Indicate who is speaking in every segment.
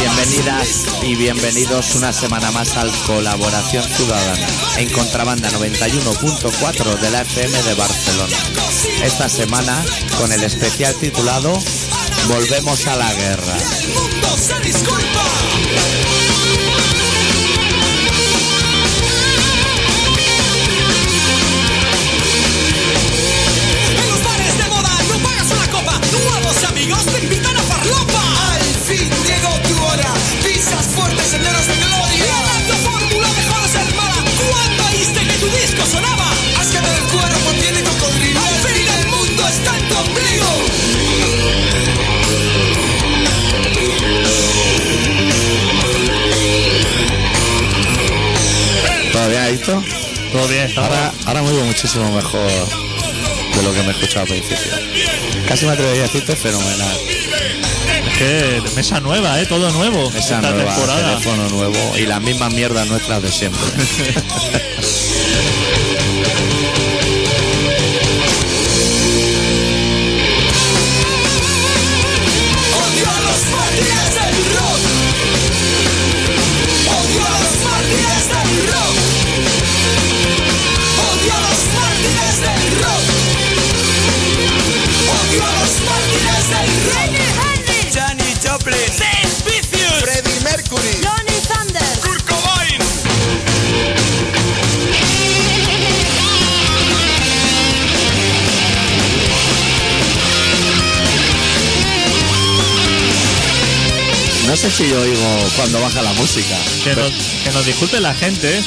Speaker 1: Bienvenidas y bienvenidos una semana más al Colaboración Ciudadana en Contrabanda 91.4 de la FM de Barcelona. Esta semana con el especial titulado Volvemos a la guerra.
Speaker 2: El mundo se disculpa. En los bares de moda no pagas una copa. Nuevos amigos te invitan a farlopa. Al fin llegó tu hora. Pisas fuertes senderos de gloria. Volando fórmula mejor ser mala. ¿Cuándo oíste que tu disco sonaba? Has que el cuerpo tiene cocodrilo. Al fin el mundo está en tu ombligo.
Speaker 1: ¿Todavía visto?
Speaker 3: Todo bien, está
Speaker 1: Ahora, ahora me oigo muchísimo mejor de lo que me escuchaba al principio. Casi me atrevería a decirte fenomenal.
Speaker 3: es que mesa nueva, eh, todo nuevo.
Speaker 1: Esa
Speaker 3: esta
Speaker 1: nueva,
Speaker 3: temporada.
Speaker 1: teléfono nuevo y las mismas mierdas nuestras de siempre.
Speaker 2: Odio a los mártires del rock. Odio a los mártires del rock. Odio a los mártires del rock. Odio a los mártires del rock.
Speaker 4: Johnny Joplin,
Speaker 2: Sex Vicious,
Speaker 4: Freddie Mercury,
Speaker 5: Lonnie Sanders,
Speaker 2: Kurt Cobain.
Speaker 1: No sé si yo oigo cuando baja la música.
Speaker 3: Que nos, que nos disculpe la gente. eh.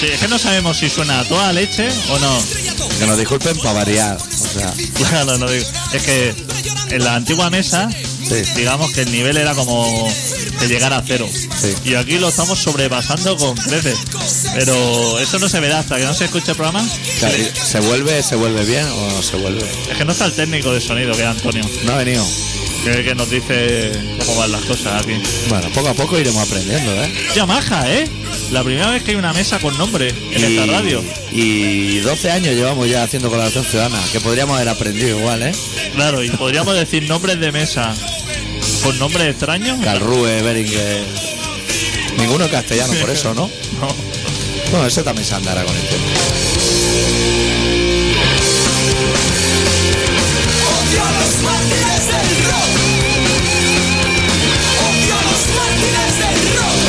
Speaker 3: Sí, es que no sabemos si suena a toda leche o no.
Speaker 1: Que nos disculpen para variar. O sea,
Speaker 3: Claro, no digo. Es que en la antigua mesa,
Speaker 1: Sí.
Speaker 3: digamos que el nivel era como de llegar a cero.
Speaker 1: Sí.
Speaker 3: Y aquí lo estamos sobrepasando con creces. Pero eso no se verá hasta que no se escuche el programa.
Speaker 1: claro, ¿y ¿se vuelve, se vuelve bien o no se vuelve?
Speaker 3: Es que no está el técnico de sonido, que era Antonio,
Speaker 1: No ha venido.
Speaker 3: que, que nos dice cómo van las cosas aquí.
Speaker 1: Bueno, poco a poco iremos aprendiendo, ¿eh?
Speaker 3: Yamaha, ¿eh? La primera vez que hay una mesa con nombre en
Speaker 1: Y-
Speaker 3: esta radio.
Speaker 1: Y 12 años llevamos ya haciendo colaboración ciudadana, que podríamos haber aprendido igual, ¿eh?
Speaker 3: Claro, y podríamos decir nombres de mesa con nombres extraños.
Speaker 1: Calrue, Beringer. Ninguno castellano por eso, ¿no?
Speaker 3: No.
Speaker 1: Bueno, ese también se andará con el tiempo.
Speaker 2: Odio a los mártires del rock. Odio a los mártires del rock.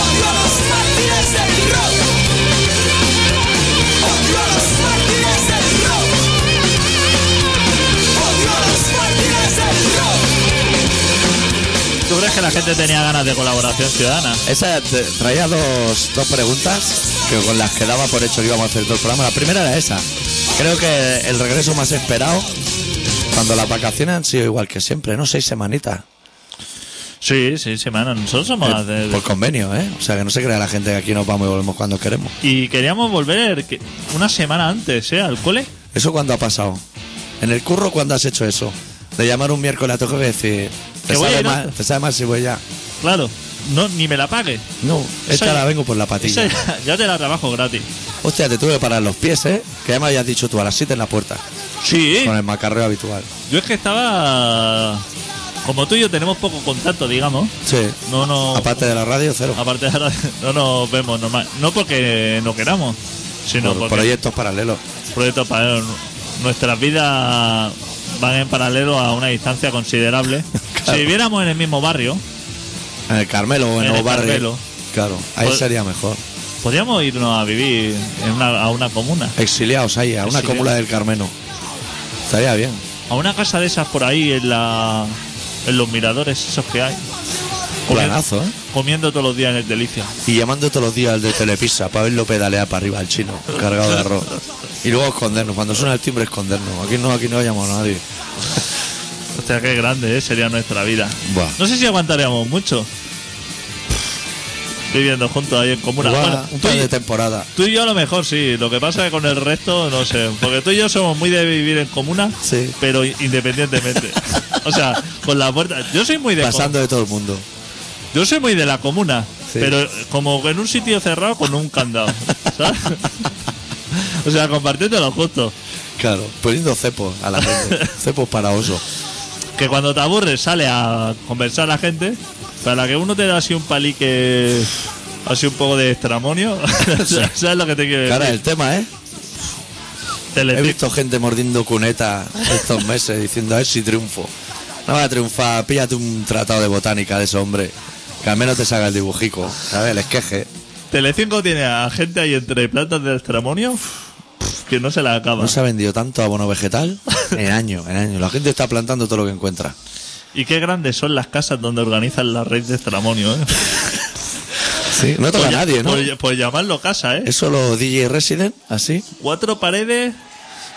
Speaker 2: Odio a los mártires del rock. Odio a los mártires del rock. Odio a los mártires del rock.
Speaker 3: ¿Tú crees que la gente tenía ganas de colaboración ciudadana?
Speaker 1: Esa te- traía dos, dos preguntas que con las que daba por hecho que íbamos a hacer todo el programa. La primera era esa. Creo que el regreso más esperado, cuando las vacaciones han sido igual que siempre, ¿no? Seis semanitas.
Speaker 3: Sí, sí, sí, mano. Nosotros
Speaker 1: Eh,
Speaker 3: somos... de- de-
Speaker 1: por convenio, ¿eh? O sea, que no se crea la gente que aquí nos vamos y volvemos cuando queremos.
Speaker 3: Y queríamos volver que- una semana antes, ¿eh? Al cole.
Speaker 1: ¿Eso cuándo ha pasado? ¿En el curro cuándo has hecho eso? De llamar un miércoles a tu jefe y decir,
Speaker 3: Que
Speaker 1: ¿te
Speaker 3: voy a
Speaker 1: sabe,
Speaker 3: ir a-
Speaker 1: mal, ¿te sabe mal si voy ya?
Speaker 3: Claro. No, ni me la pague.
Speaker 1: No, esta
Speaker 3: ya-
Speaker 1: la vengo por la patilla.
Speaker 3: Esa ya, ya te la trabajo gratis.
Speaker 1: Hostia, te tuve que parar los pies, ¿eh? Que ya me habías dicho tú, a las 7 en la puerta,
Speaker 3: Sí.
Speaker 1: con el macarreo habitual.
Speaker 3: Yo es que estaba... Como tú y yo tenemos poco contacto, digamos.
Speaker 1: Sí.
Speaker 3: No, no...
Speaker 1: Aparte de la radio, cero.
Speaker 3: Aparte de ahora, no nos vemos normal. No porque no queramos, sino
Speaker 1: Por-
Speaker 3: porque
Speaker 1: proyectos paralelos.
Speaker 3: proyectos paralelos. Nuestras vidas van en paralelo a una distancia considerable.
Speaker 1: Claro.
Speaker 3: Si viviéramos en el mismo barrio,
Speaker 1: En el Carmelo o en,
Speaker 3: En el
Speaker 1: Nuevo Barrio.
Speaker 3: Carmelo. Pues-
Speaker 1: Claro, ahí
Speaker 3: Pod-
Speaker 1: sería mejor.
Speaker 3: podríamos irnos a vivir en una- a una comuna,
Speaker 1: Exiliados ahí, a una
Speaker 3: Exiliados.
Speaker 1: comuna del Carmeno. Estaría bien.
Speaker 3: a una casa de esas por ahí en la en los miradores esos que hay.
Speaker 1: Planazo, ¿eh?
Speaker 3: comiendo todos los días en el Delicia.
Speaker 1: Y llamando todos los días al de Telepisa para verlo pedalear para arriba al chino, cargado de arroz. Y luego escondernos, cuando suena el timbre escondernos. Aquí no, aquí no llamamos a nadie.
Speaker 3: O sea, qué grande ¿eh? sería nuestra vida.
Speaker 1: Buah.
Speaker 3: No sé si aguantaríamos mucho viviendo juntos ahí en comuna.
Speaker 1: Igual
Speaker 3: Bueno,
Speaker 1: un
Speaker 3: tú
Speaker 1: par
Speaker 3: y-
Speaker 1: de temporada.
Speaker 3: Tú y yo a lo mejor sí, lo que pasa es que con el resto no sé, porque tú y yo somos muy de vivir en comuna,
Speaker 1: Sí.
Speaker 3: pero i- independientemente. O sea, con la puerta. Yo soy muy de com-
Speaker 1: Pasando de todo el mundo.
Speaker 3: yo soy muy de la comuna,
Speaker 1: Sí.
Speaker 3: pero como en un sitio cerrado con un candado, ¿sabes? O sea, compartiendo lo justo.
Speaker 1: Claro, poniendo cepos a la gente. cepos para oso.
Speaker 3: que cuando te aburres sale a conversar a la gente, para la que uno te da así un palique, así un poco de estramonio, ¿sabes lo que te quiero
Speaker 1: Cara,
Speaker 3: decir?
Speaker 1: el tema, ¿eh? He
Speaker 3: Teletric.
Speaker 1: visto gente mordiendo cuneta estos meses diciendo, a ver si triunfo. No va a triunfar, píllate un tratado de botánica de ese hombre. Que al menos te salga el dibujico, ¿sabes? El esqueje.
Speaker 3: Telecinco tiene a gente ahí entre plantas de estramonio que no se la acaba.
Speaker 1: No se ha vendido tanto abono vegetal en año, en año. La gente está plantando todo lo que encuentra.
Speaker 3: Y qué grandes son las casas donde organizan la red de estramonio, ¿eh?
Speaker 1: Sí, no toca a
Speaker 3: Por-
Speaker 1: nadie, ¿no?
Speaker 3: Por, por llamarlo casa, ¿eh?
Speaker 1: Es solo DJ Resident, así.
Speaker 3: Cuatro paredes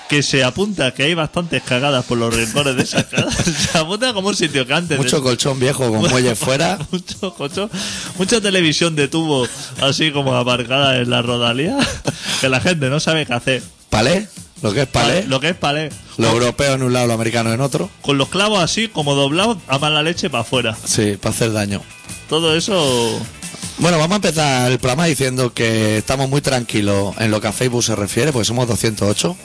Speaker 3: que se apunta que hay bastantes cagadas por los rincones de esa casa. se apunta como un sitio que antes...
Speaker 1: Mucho colchón viejo con muelles fuera.
Speaker 3: mucho, mucho- mucha televisión de tubo así como aparcada en la rodalía que la gente no sabe qué hacer.
Speaker 1: Palé, lo que es palé.
Speaker 3: Lo que es palé.
Speaker 1: Lo europeo en un lado, lo americano en otro.
Speaker 3: Con los clavos así como doblados a mala leche para afuera.
Speaker 1: Sí, para hacer daño.
Speaker 3: Todo eso...
Speaker 1: Bueno, vamos a empezar el programa diciendo que estamos muy tranquilos en lo que a Facebook se refiere, porque somos 208.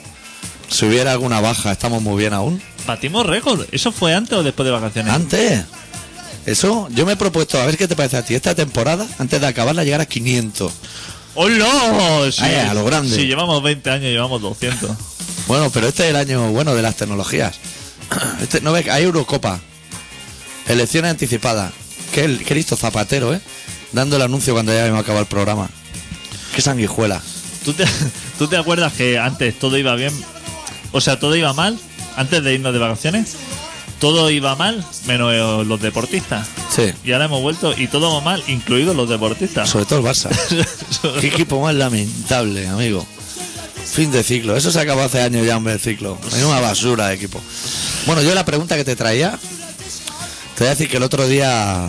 Speaker 1: Si hubiera alguna baja, estamos muy bien aún.
Speaker 3: Batimos récord. ¿Eso fue antes o después de vacaciones?
Speaker 1: Antes, eso, yo me he propuesto, a ver qué te parece a ti, esta temporada, antes de acabarla, llegar a 500.
Speaker 3: ¡Hola! Sí,
Speaker 1: Ahí, a lo grande.
Speaker 3: Si llevamos 20 años, llevamos 200.
Speaker 1: Bueno, pero este es el año bueno de las tecnologías. Este, no ves, hay Eurocopa, elecciones anticipadas. Qué, qué listo Zapatero, ¿eh? Dando el anuncio cuando ya hemos acabado el programa. Qué sanguijuela.
Speaker 3: ¿Tú te, ¿Tú te acuerdas que antes todo iba bien? O sea, todo iba mal. Antes de irnos de vacaciones, todo iba mal, menos eh, los deportistas.
Speaker 1: Sí,
Speaker 3: Y ahora hemos vuelto y todo va mal, incluidos los deportistas.
Speaker 1: sobre todo el Barça. Qué equipo más lamentable, amigo. Fin de ciclo. Eso se acabó hace años ya, hombre, el ciclo. Es una basura de equipo. Bueno, yo la pregunta que te traía, te voy a decir que el otro día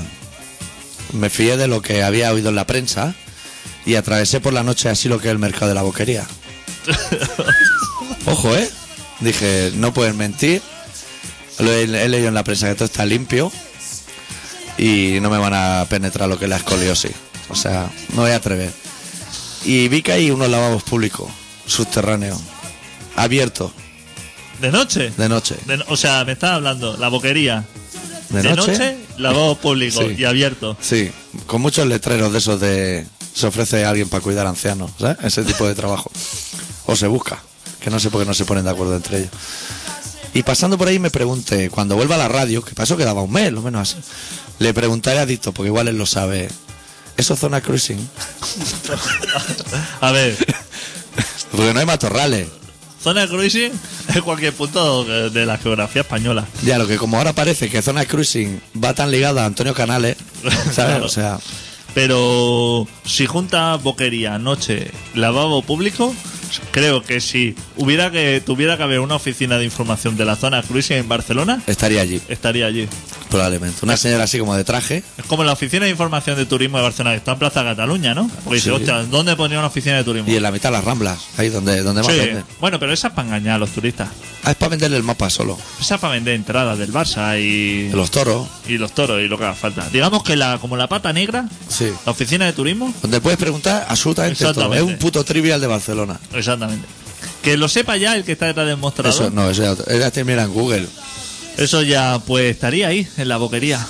Speaker 1: me fié de lo que había oído en la prensa y atravesé por la noche así lo que es el mercado de la boquería. Ojo, ¿eh? Dije, no pueden mentir. Lo he, he leído en la prensa que todo está limpio y no me van a penetrar lo que es la escoliosis. O sea, no voy a atrever. Y vi que hay unos lavabos públicos, subterráneos, abiertos,
Speaker 3: ¿De noche?
Speaker 1: de noche.
Speaker 3: De no- o sea, me estás hablando, la boquería.
Speaker 1: ¿De,
Speaker 3: lavado público
Speaker 1: Sí.
Speaker 3: y abierto.
Speaker 1: Sí, con muchos letreros de esos de se ofrece a alguien para cuidar ancianos, ¿sabes? Ese tipo de trabajo. O se busca, que no sé por qué no se ponen de acuerdo entre ellos. Y pasando por ahí me pregunté, cuando vuelva a la radio, que pasó quedaba un mes, lo menos así, le preguntaré a Dito, porque igual él lo sabe, ¿eso es zona cruising?
Speaker 3: A ver,
Speaker 1: Porque no hay matorrales.
Speaker 3: zona cruising es cualquier punto de de la geografía española.
Speaker 1: Ya, lo que como ahora parece que zona cruising va tan ligada a Antonio Canales, ¿sabes? O sea,
Speaker 3: Pero si junta boquería, noche, lavabo público, creo que si hubiera que tuviera que haber una oficina de información de la zona cruising en Barcelona,
Speaker 1: estaría allí,
Speaker 3: estaría allí.
Speaker 1: probablemente. Una señora así como de traje,
Speaker 3: Es como la oficina de información de turismo de Barcelona, que está en Plaza Cataluña, ¿no? Porque
Speaker 1: Sí.
Speaker 3: dice, ostras, ¿dónde pondría una oficina de turismo?
Speaker 1: y en la mitad las ramblas, ahí donde, donde más
Speaker 3: Sí.
Speaker 1: venden.
Speaker 3: Bueno, pero esa es para engañar a los turistas.
Speaker 1: Ah, es para venderle el mapa solo.
Speaker 3: Esa es para vender entradas del Barça y,
Speaker 1: De los toros.
Speaker 3: y los toros y lo que haga falta. Digamos que la como la pata negra,
Speaker 1: Sí.
Speaker 3: la oficina de turismo,
Speaker 1: Donde puedes preguntar absolutamente todo. Es
Speaker 3: Exactamente.
Speaker 1: un puto trivial de Barcelona.
Speaker 3: exactamente. Que lo sepa ya el que está detrás del mostrador.
Speaker 1: Eso no, eso ya, eso ya te este mira en Google.
Speaker 3: Eso ya, pues estaría ahí, en la boquería.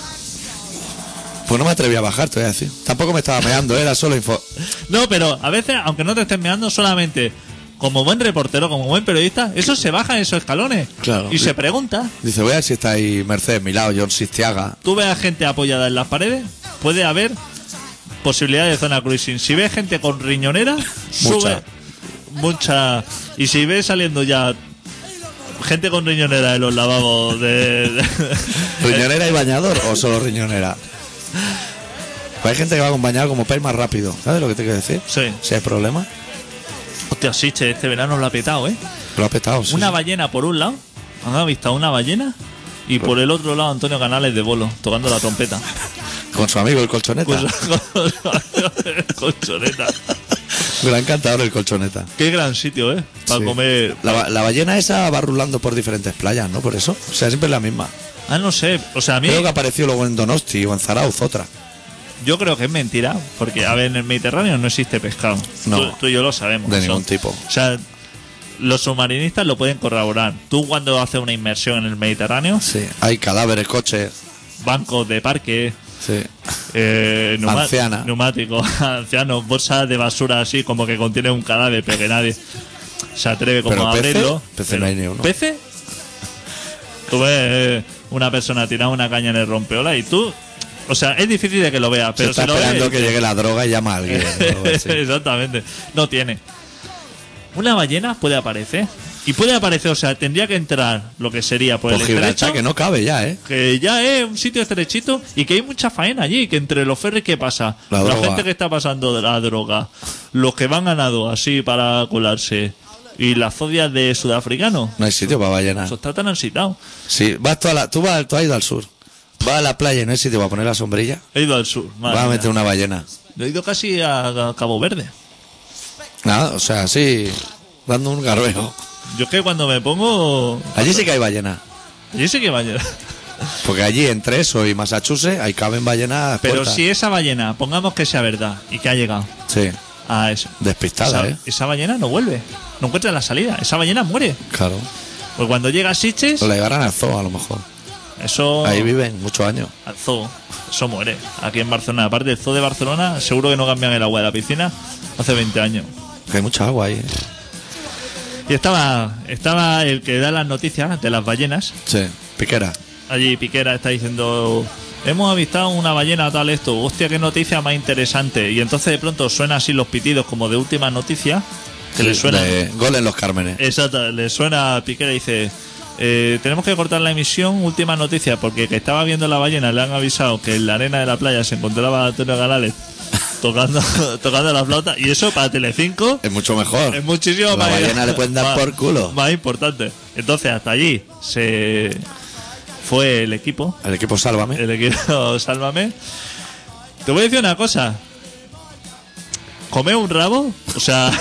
Speaker 1: Pues no me atreví a bajar, te voy a decir. Tampoco me estaba meando, era solo info.
Speaker 3: No, pero a veces, aunque no te estés meando, solamente como buen reportero, como buen periodista, eso se baja en esos escalones.
Speaker 1: Claro.
Speaker 3: Y se pregunta.
Speaker 1: Dice, voy a ver si está ahí Mercedes Milao, John Sistiaga.
Speaker 3: Tú ves a gente apoyada en las paredes, puede haber posibilidad de zona cruising. Si ves gente con riñonera, sube. Mucha. Y si ves saliendo ya gente con riñonera en los lavabos de. de-
Speaker 1: ¿Riñonera y bañador o solo riñonera? Pues hay gente que va con bañador como pez más rápido. ¿Sabes lo que te quiero decir?
Speaker 3: Sí.
Speaker 1: Si hay problema,
Speaker 3: Hostia, sí, che, este verano lo ha petado, ¿eh?
Speaker 1: lo ha petado. sí.
Speaker 3: Una ballena por un lado, han avistado una ballena, y por el otro lado Antonio Canales de bolo, tocando la trompeta.
Speaker 1: Con su amigo el colchoneta.
Speaker 3: Con su- con colchoneta.
Speaker 1: Gran cantador el colchoneta.
Speaker 3: Qué gran sitio, ¿eh? Para
Speaker 1: Sí.
Speaker 3: comer.
Speaker 1: La, ba- la ballena esa va rulando por diferentes playas, ¿no? Por eso. O sea, siempre es la misma.
Speaker 3: Ah, no sé, o sea, a mí.
Speaker 1: Creo que apareció luego en Donosti o en Zarauz otra.
Speaker 3: Yo creo que es mentira, porque a ver, en el Mediterráneo no existe pescado.
Speaker 1: No.
Speaker 3: Tú, tú y yo lo sabemos.
Speaker 1: De
Speaker 3: eso.
Speaker 1: ningún tipo.
Speaker 3: O sea, los submarinistas lo pueden corroborar. Tú cuando haces una inmersión en el Mediterráneo,
Speaker 1: Sí, hay cadáveres, coches.
Speaker 3: bancos de parque,
Speaker 1: Sí.
Speaker 3: eh, neuma-
Speaker 1: Anciana.
Speaker 3: neumáticos, ancianos, bolsas de basura así como que contiene un cadáver, pero que nadie se atreve como
Speaker 1: Pero
Speaker 3: a
Speaker 1: peces,
Speaker 3: abrirlo.
Speaker 1: peces
Speaker 3: Pero,
Speaker 1: no hay ni uno.
Speaker 3: ¿Peces? Tú ves eh, una persona tirando una caña en el rompeola y tú... O sea, es difícil de que lo veas, pero
Speaker 1: Se está
Speaker 3: si lo ves, eh. Pues
Speaker 1: esperando que
Speaker 3: dices,
Speaker 1: llegue la droga y llama a alguien. o algo así.
Speaker 3: Exactamente. No tiene. Una ballena puede aparecer. Y puede aparecer, o sea, tendría que entrar lo que sería por
Speaker 1: Pues
Speaker 3: el
Speaker 1: Gibraltar,
Speaker 3: estrecho.
Speaker 1: que no cabe ya, ¿eh?
Speaker 3: que ya es un sitio estrechito y que hay mucha faena allí, que entre los ferries que pasa,
Speaker 1: La
Speaker 3: la,
Speaker 1: droga.
Speaker 3: gente que está pasando de la droga, los que van ganado así para colarse y las zodias de sudafricanos,
Speaker 1: No hay sitio para ballenas.
Speaker 3: eso está transitado.
Speaker 1: Sí, vas toda la- tú, vas, tú has ido al sur. Vas a la playa y no hay sitio para poner la sombrilla.
Speaker 3: He ido al sur, madre
Speaker 1: Vas a
Speaker 3: mía.
Speaker 1: meter una ballena.
Speaker 3: Yo he ido casi a, a Cabo Verde.
Speaker 1: Nada, o sea, así, dando un garbeo.
Speaker 3: Yo es que cuando me pongo...
Speaker 1: Allí sí que hay ballena.
Speaker 3: Yo sé que ballena.
Speaker 1: Porque allí, entre eso y Massachusetts, ahí caben ballenas.
Speaker 3: Pero
Speaker 1: puertas.
Speaker 3: si esa ballena, pongamos que sea verdad y que ha llegado
Speaker 1: Sí,
Speaker 3: a eso.
Speaker 1: despistada,
Speaker 3: esa,
Speaker 1: ¿eh?
Speaker 3: esa ballena no vuelve, no encuentra la salida, esa ballena muere.
Speaker 1: Claro.
Speaker 3: Pues cuando llega a Siches,
Speaker 1: La llevarán al zoo, a lo mejor.
Speaker 3: eso...
Speaker 1: Ahí viven muchos años.
Speaker 3: al zoo. Eso muere. Aquí en Barcelona. Aparte, el zoo de Barcelona, seguro que no cambian el agua de la piscina hace 20 años.
Speaker 1: Que hay mucha agua ahí. ¿eh?
Speaker 3: Y estaba, estaba el que da las noticias de las ballenas.
Speaker 1: Sí, piquera.
Speaker 3: Allí Piquera está diciendo, hemos avistado una ballena tal esto. Hostia, qué noticia más interesante. Y entonces de pronto suena así los pitidos como de última noticia. Que le
Speaker 1: Sí,
Speaker 3: suena...
Speaker 1: de Gol en los Cármenes.
Speaker 3: Exacto, le suena a Piquera y dice... eh, tenemos que cortar la emisión, última noticia, porque que estaba viendo la ballena le han avisado que en la arena de la playa se encontraba Antonio Galales tocando, tocando la flauta y eso para Telecinco
Speaker 1: Es mucho mejor.
Speaker 3: es muchísimo
Speaker 1: La
Speaker 3: más
Speaker 1: ballena le pueden dar
Speaker 3: más-
Speaker 1: por culo.
Speaker 3: Más importante. Entonces hasta allí se fue el equipo,
Speaker 1: El equipo Sálvame.
Speaker 3: el equipo Sálvame. Te voy a decir una cosa. Comer un rabo, o sea,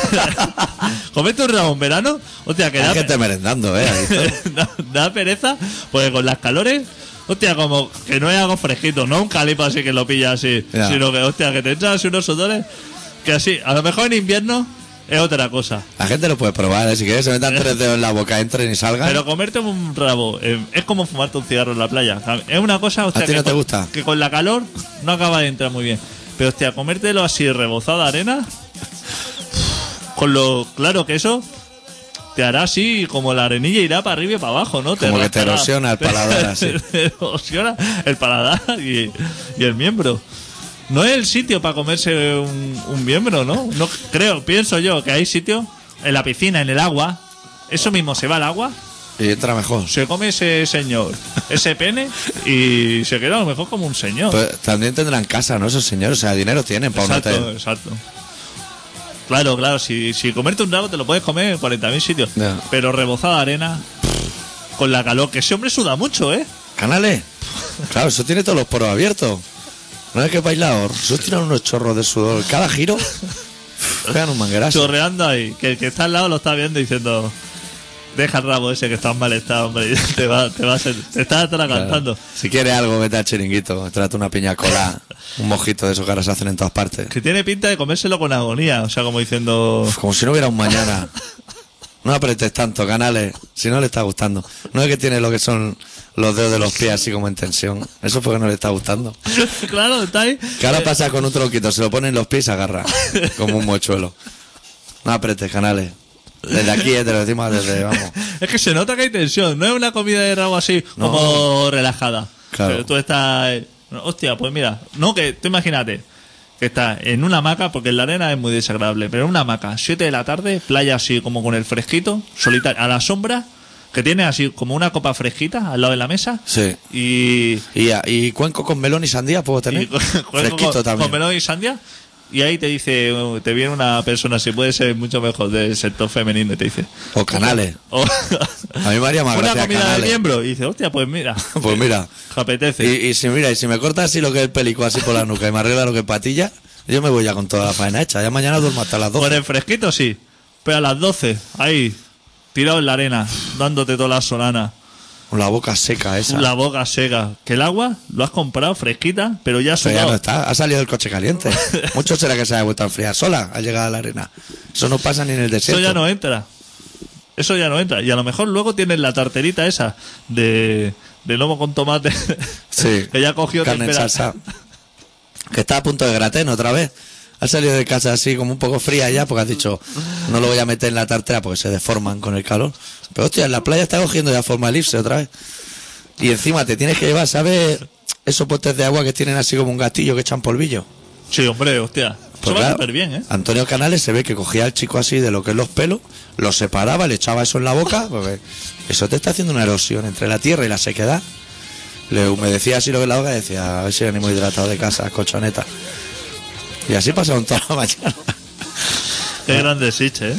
Speaker 3: comete un rabo en verano, hostia, que da
Speaker 1: Hay gente merendando, ¿eh? Ahí.
Speaker 3: da, da pereza, porque con las calores, hostia, como que no es algo fresquito, no un calipo así que lo pilla así,
Speaker 1: Ya.
Speaker 3: sino que, hostia, que te echas así unos sudores, que así, a lo mejor en invierno es otra cosa.
Speaker 1: La gente lo puede probar, ¿eh? si quieres se metan tres dedos en la boca, entren y salgan.
Speaker 3: Pero comerte un rabo eh, es como fumarte un cigarro en la playa. Es una cosa, hostia,
Speaker 1: ¿A ti
Speaker 3: que,
Speaker 1: no te
Speaker 3: con,
Speaker 1: gusta?
Speaker 3: que con la calor no acaba de entrar muy bien. Pero hostia, comértelo así rebozado de arena, con lo claro que eso te hará así, como la arenilla irá para arriba y para abajo, ¿no?
Speaker 1: Como que te
Speaker 3: rascará-
Speaker 1: erosiona el paladar así.
Speaker 3: te erosiona el paladar y, y el miembro. No es el sitio para comerse un, un miembro, ¿no? No creo, pienso yo que hay sitio en la piscina, en el agua. Eso mismo se va al agua
Speaker 1: Y entra mejor.
Speaker 3: se come ese señor, ese pene, y se queda a lo mejor como un señor.
Speaker 1: Pero Pues, también tendrán casa, ¿no? Esos señores, o sea, dinero tienen para un
Speaker 3: exacto,
Speaker 1: hotel.
Speaker 3: exacto. Claro, claro, si, si comerte un drago te lo puedes comer en 40.000 sitios.
Speaker 1: Ya.
Speaker 3: Pero rebozada de arena, con la calor, que ese hombre suda mucho, ¿eh?
Speaker 1: Canales. Claro, eso tiene todos los poros abiertos. No es que bailador. Eso tiran unos chorros de sudor. Cada giro. Pegan un manguerazo.
Speaker 3: Chorreando ahí, que el que está al lado lo está viendo diciendo... Deja el rabo ese que está en mal estado, hombre. y Te va, te va a ser, te está atragantando.
Speaker 1: Si quieres algo, vete al chiringuito. Trate una piña colada. Un mojito de esos que ahora se hacen en todas partes.
Speaker 3: Que tiene pinta de comérselo con agonía. O sea, como diciendo...
Speaker 1: Uf, como si no hubiera un mañana. No apretes tanto, canales, si no le está gustando. No es que tiene lo que son los dedos de los pies así como en tensión. Eso porque no le está gustando.
Speaker 3: claro, está ahí.
Speaker 1: Que ahora pasa con un tronquito, se lo pone en los pies y se agarra. Como un mochuelo. No apretes, canales. Desde aquí, eh, te lo decimos desde, vamos.
Speaker 3: Es que se nota que hay tensión, no es una comida de rabo así
Speaker 1: No.
Speaker 3: como relajada.
Speaker 1: Claro.
Speaker 3: Pero tú estás. eh, no, Hostia, pues mira, no, que tú imagínate que estás en una hamaca, porque en la arena es muy desagradable, pero en una hamaca, 7 de la tarde, playa así como con el fresquito, solitario, a la sombra, que tiene así como una copa fresquita al lado de la mesa.
Speaker 1: Sí.
Speaker 3: Y.
Speaker 1: Y, y cuenco con melón y sandía puedo
Speaker 3: y
Speaker 1: tener.
Speaker 3: con- con-
Speaker 1: ¿Eh? Fresquito
Speaker 3: con-
Speaker 1: también.
Speaker 3: con melón y sandía. Y ahí te dice, te viene una persona, si puede ser mucho mejor del sector femenino, y te dice. "Oh,
Speaker 1: O canales.
Speaker 3: o-
Speaker 1: A mí me haría más
Speaker 3: una
Speaker 1: gracia
Speaker 3: comida de
Speaker 1: canales.
Speaker 3: miembro. Y dice, hostia, pues mira.
Speaker 1: Pues mira.
Speaker 3: Que apetece.
Speaker 1: Y, y si mira, y si me corta así lo que es el pelico así por la nuca y me arregla lo que es patilla, yo me voy ya con toda la faena hecha. Ya mañana duermo hasta las 12.
Speaker 3: Con el fresquito sí. Pero a las 12, ahí, tirado en la arena, dándote toda la solana.
Speaker 1: Con la boca seca esa.
Speaker 3: La boca seca. Que el agua lo has comprado fresquita, pero ya
Speaker 1: Pero ya no
Speaker 3: sudado.
Speaker 1: está, ha salido del coche caliente. Mucho será que se haya vuelto a enfriar sola al llegar a la arena. Eso no pasa ni en el
Speaker 3: Eso
Speaker 1: desierto.
Speaker 3: ya no entra. Eso ya no entra. Y a lo mejor luego tienen la tarterita esa de, de lomo con tomate.
Speaker 1: Sí.
Speaker 3: que ya cogió
Speaker 1: carne en
Speaker 3: tempera-
Speaker 1: salsa. Que está a punto de gratén otra vez. Ha salido de casa así como un poco fría ya porque has dicho, no lo voy a meter en la tartera porque se deforman con el calor. Pero hostia, en la playa está cogiendo ya forma elipse otra vez. Y encima te tienes que llevar, ¿sabes? Esos potes de agua que tienen así como un gatillo que echan polvillo.
Speaker 3: Sí, hombre, hostia.
Speaker 1: Pues
Speaker 3: Eso va
Speaker 1: claro,
Speaker 3: súper bien, ¿eh?
Speaker 1: Antonio Canales se ve que cogía al chico así de lo que es los pelos, lo separaba, le echaba eso en la boca, porque eso te está haciendo una erosión entre la tierra y la sequedad. Le humedecía así lo que es la boca y decía, a ver si venimos hidratados de casa, cochoneta. Y así pasaron toda la mañana.
Speaker 3: Qué grande Siche, ¿eh?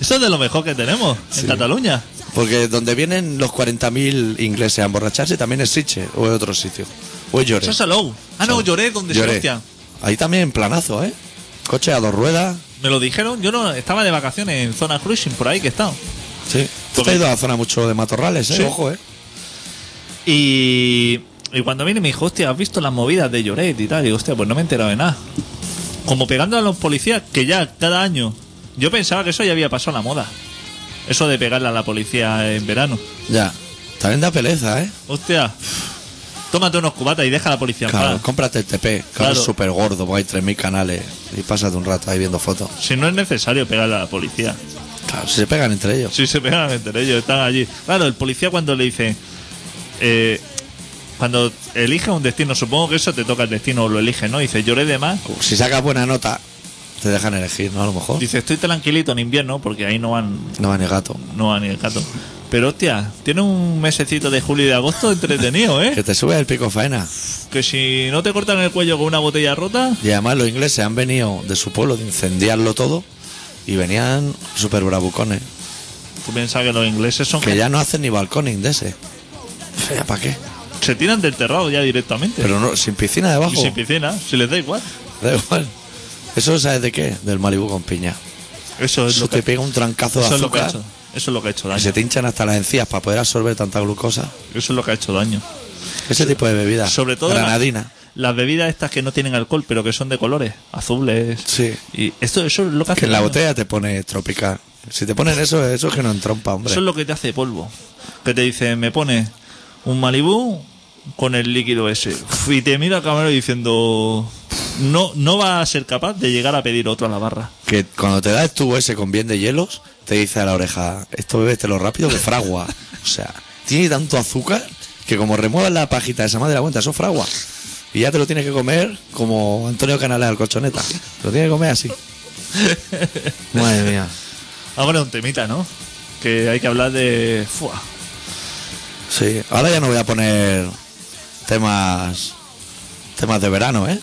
Speaker 3: Eso es de lo mejor que tenemos en Cataluña.
Speaker 1: Porque donde vienen los 40.000 ingleses a emborracharse también es Siche o es otro sitio. O es Lloret.
Speaker 3: Eso es Salou. Ah, no, lloré donde se
Speaker 1: Lloret.
Speaker 3: hostian.
Speaker 1: Ahí también planazo, ¿eh? Coche a dos ruedas.
Speaker 3: Me lo dijeron, yo no estaba de vacaciones en zona cruising, por ahí que he estado.
Speaker 1: Sí. Tú te has ido a la zona mucho de matorrales, ¿eh?
Speaker 3: Sí.
Speaker 1: Ojo, ¿eh?
Speaker 3: Y, y cuando vine me dijo, hostia, ¿has visto las movidas de Lloret y tal? Y digo, hostia, pues no me he enterado de nada. Como pegando a los policías, que ya cada año. Yo pensaba que eso ya había pasado la moda. Eso de pegarle a la policía en verano.
Speaker 1: Ya. También da pereza, ¿eh?
Speaker 3: Hostia, tómate unos cubatas y deja a la policía en
Speaker 1: Claro,
Speaker 3: paz.
Speaker 1: cómprate el TP, que ahora es
Speaker 3: Claro.
Speaker 1: súper gordo, porque hay 3.000 canales y pásate un rato ahí viendo fotos.
Speaker 3: Si no es necesario pegarle a la policía.
Speaker 1: Claro, si se pegan entre ellos.
Speaker 3: Sí, se pegan entre ellos, están allí. Claro, el policía cuando le dice. eh, cuando elige un destino, supongo que eso te toca el destino o lo elige, ¿no? Dice, lloré de más.
Speaker 1: Si sacas buena nota, te dejan elegir, ¿no? A lo mejor.
Speaker 3: Dice, estoy tranquilito en invierno porque ahí no van,
Speaker 1: No van ni gato.
Speaker 3: no van ni el gato. Pero hostia, tiene un mesecito de julio y de agosto entretenido, ¿eh?
Speaker 1: Que te sube el pico faena.
Speaker 3: Que si no te cortan el cuello con una botella rota,
Speaker 1: Y además los ingleses han venido de su pueblo de incendiarlo todo y venían súper bravucones.
Speaker 3: tú piensas que los ingleses son...
Speaker 1: Que ya no hacen ni balconing de ese. ¿Ya para qué?
Speaker 3: Se tiran del terrado ya directamente.
Speaker 1: Pero no, sin piscina debajo.
Speaker 3: y sin piscina, si les da igual.
Speaker 1: Da igual. ¿Eso sabes de qué? Del Malibu con piña.
Speaker 3: Eso es
Speaker 1: Eso
Speaker 3: Pues lo que,
Speaker 1: te pega un trancazo de
Speaker 3: eso es lo que ha
Speaker 1: azúcar.
Speaker 3: hecho. Eso es lo que ha hecho
Speaker 1: Y
Speaker 3: daño.
Speaker 1: Ah, se te hinchan hasta las encías para poder absorber tanta glucosa.
Speaker 3: Eso es lo que ha hecho daño.
Speaker 1: Ese tipo de bebidas.
Speaker 3: Sobre todo la-
Speaker 1: Granadina.
Speaker 3: las bebidas estas que no tienen alcohol, pero que son de colores, azules.
Speaker 1: Sí.
Speaker 3: Y esto, eso es lo que hace
Speaker 1: Que en la
Speaker 3: daño.
Speaker 1: botella te pone tropical. Si te ponen eso, eso es que no entrompa, hombre.
Speaker 3: Eso es lo que te hace polvo. Que te dice, me pone un Malibú con el líquido ese. Uf, Y te mira el camarero diciendo, no, no va a ser capaz de llegar a pedir otro a la barra.
Speaker 1: Que cuando te da el tubo ese con bien de hielos, te dice a la oreja, esto bebes lo rápido que fragua. O sea, tiene tanto azúcar que como remuevas la pajita de esa madre la cuenta, eso fragua. Y ya te lo tienes que comer como Antonio Canales al colchoneta. Te Lo tienes que comer así. Madre mía.
Speaker 3: Ahora Ah, un temita, ¿no? Que hay que hablar de... Fua.
Speaker 1: Sí, ahora ya no voy a poner temas temas de verano, ¿eh?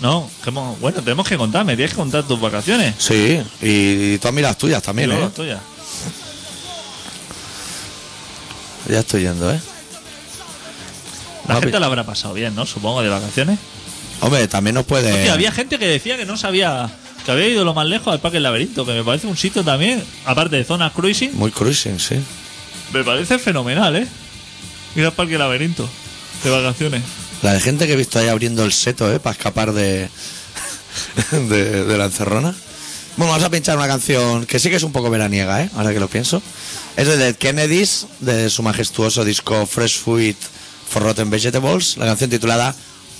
Speaker 3: No, que hemos- bueno, tenemos que contar, me tienes que contar tus vacaciones.
Speaker 1: Sí, y, tú a mí las tuyas también,
Speaker 3: Y
Speaker 1: ¿eh?
Speaker 3: luego las tuyas.
Speaker 1: Ya estoy yendo, ¿eh?
Speaker 3: La
Speaker 1: Papi.
Speaker 3: gente la habrá pasado bien, ¿no? Supongo, de vacaciones.
Speaker 1: Hombre, también nos puede...
Speaker 3: Hostia, había gente que decía que no sabía que había ido lo más lejos al Parque del Laberinto, que me parece un sitio también, aparte de zonas cruising,
Speaker 1: Muy cruising, sí.
Speaker 3: me parece fenomenal, ¿eh? Ir al Parque del Laberinto de vacaciones.
Speaker 1: La de gente que he visto ahí abriendo el seto, ¿eh? Para escapar de, de, de la encerrona. Bueno, vamos a pinchar una canción que sí que es un poco veraniega, ¿eh? Ahora que lo pienso. Es de Dead Kennedys, de su majestuoso disco Fresh Food for Rotten Vegetables. La canción titulada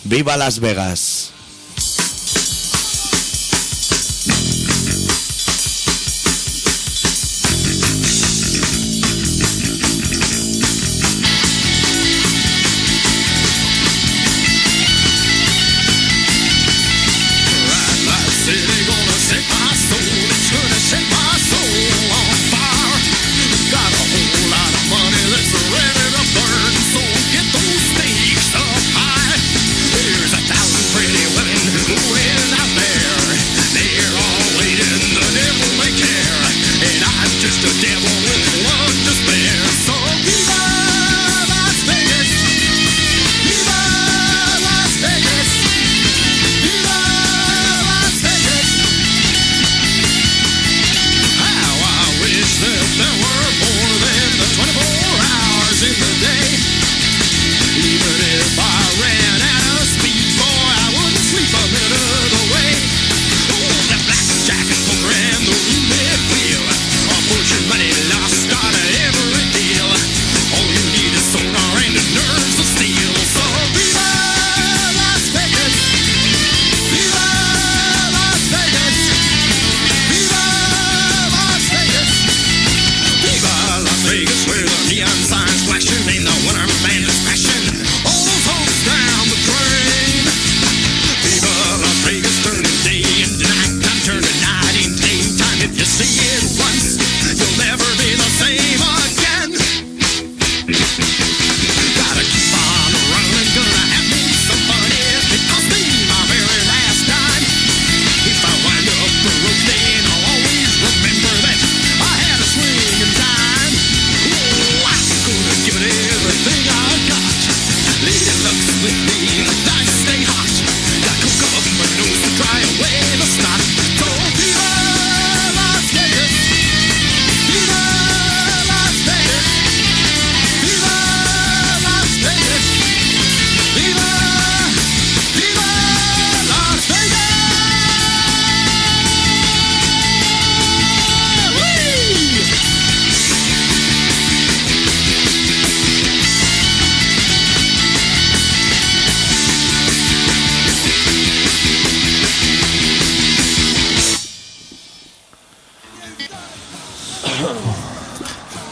Speaker 1: Viva Las Vegas.
Speaker 2: Here's a thousand pretty
Speaker 5: Oh, Gotta keep on running, gonna have me some money. It cost me my very last dime. If I wind up broke, then I'll always remember that I had a swing and dime. Oh, I'm gonna give it everything I got. Lady luck with me, the dice stay hot. Got coke up my nose to dry away the snot. Don't be Las Vegas. Viva Las Vegas. Viva Las Vegas. Viva, viva Las Vegas. Whee!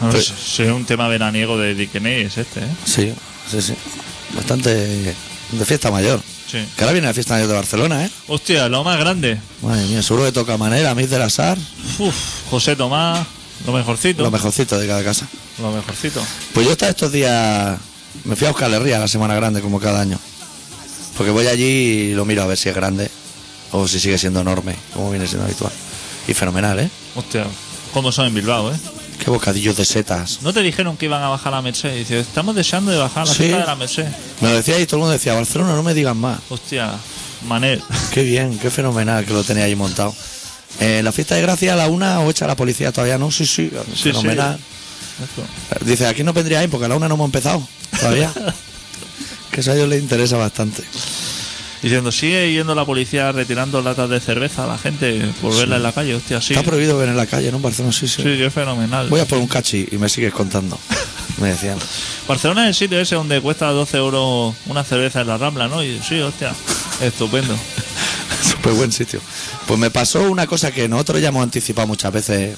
Speaker 3: No, es- es un tema veraniego de Dickeney es este, ¿eh?
Speaker 1: Sí, sí, sí. Bastante de fiesta mayor.
Speaker 3: Sí.
Speaker 1: Que ahora viene la fiesta mayor de Barcelona, ¿eh?
Speaker 3: Hostia, lo más grande.
Speaker 1: Madre mía, seguro que toca manera, Miss del Azar,
Speaker 3: Uf, José Tomás, lo mejorcito.
Speaker 1: lo mejorcito de cada casa.
Speaker 3: Lo mejorcito.
Speaker 1: Pues yo hasta estos días me fui a Euskal Herria la semana grande como cada año. Porque voy allí y lo miro a ver si es grande o si sigue siendo enorme, como viene siendo habitual. Y fenomenal, ¿eh?
Speaker 3: Hostia, cómo son en Bilbao, ¿eh?
Speaker 1: Qué bocadillos de setas.
Speaker 3: ¿No te dijeron que iban a bajar la Merced? Dice, estamos deseando de bajar la
Speaker 1: Sí.
Speaker 3: cita de la Merced.
Speaker 1: Me lo decía y todo el mundo decía, Barcelona, no me digan más.
Speaker 3: Hostia, Manel.
Speaker 1: Qué bien, qué fenomenal que lo tenía ahí montado. Eh, la fiesta de gracia a la una o echa la policía todavía no, sí, sí,
Speaker 3: sí.
Speaker 1: fenomenal. Dice, aquí no vendríais porque a la una no hemos empezado todavía. que eso a ellos les interesa bastante.
Speaker 3: Diciendo, sigue yendo la policía retirando latas de cerveza a la gente por verla en la calle. Hostia, sí.
Speaker 1: Está prohibido ver en la calle, ¿no? En Barcelona, sí, sí.
Speaker 3: Sí, que es fenomenal.
Speaker 1: Voy a por un cachi y me sigues contando. Me decían.
Speaker 3: Barcelona es el sitio ese donde cuesta 12 euros una cerveza en la Rambla, ¿no? Y sí, hostia, estupendo.
Speaker 1: Súper buen sitio. Pues me pasó una cosa que nosotros ya hemos anticipado muchas veces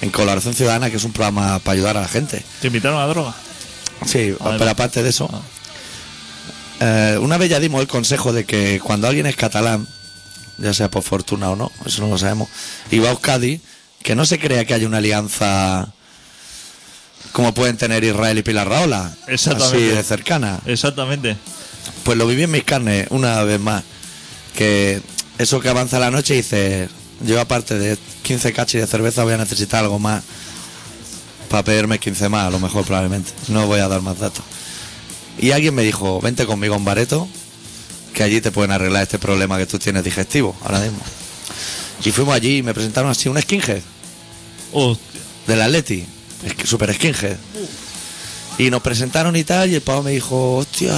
Speaker 1: en Colaboración Ciudadana, que es un programa para ayudar a la gente.
Speaker 3: ¿Te invitaron a droga?
Speaker 1: Sí,
Speaker 3: Vale.
Speaker 1: pero aparte de eso, eh, una vez ya dimos el consejo de que cuando alguien es catalán, ya sea por fortuna o no, eso no lo sabemos, y va a Euskadi, que no se crea que hay una alianza como pueden tener Israel y Pilar Raola, así
Speaker 3: Exactamente.
Speaker 1: de cercana.
Speaker 3: Exactamente.
Speaker 1: Pues lo viví en mis carnes una vez más, que eso que avanza la noche y dices, yo aparte de 15 cachis de cerveza voy a necesitar algo más para pedirme 15 más, a lo mejor probablemente. No voy a dar más datos. Y alguien me dijo, vente conmigo a un bareto, que allí te pueden arreglar este problema que tú tienes digestivo ahora mismo. Y fuimos allí y me presentaron así un skinhead
Speaker 3: Hostia,
Speaker 1: del Atleti, es que- super skinhead. Y nos presentaron y tal, y el pavo me dijo, hostia,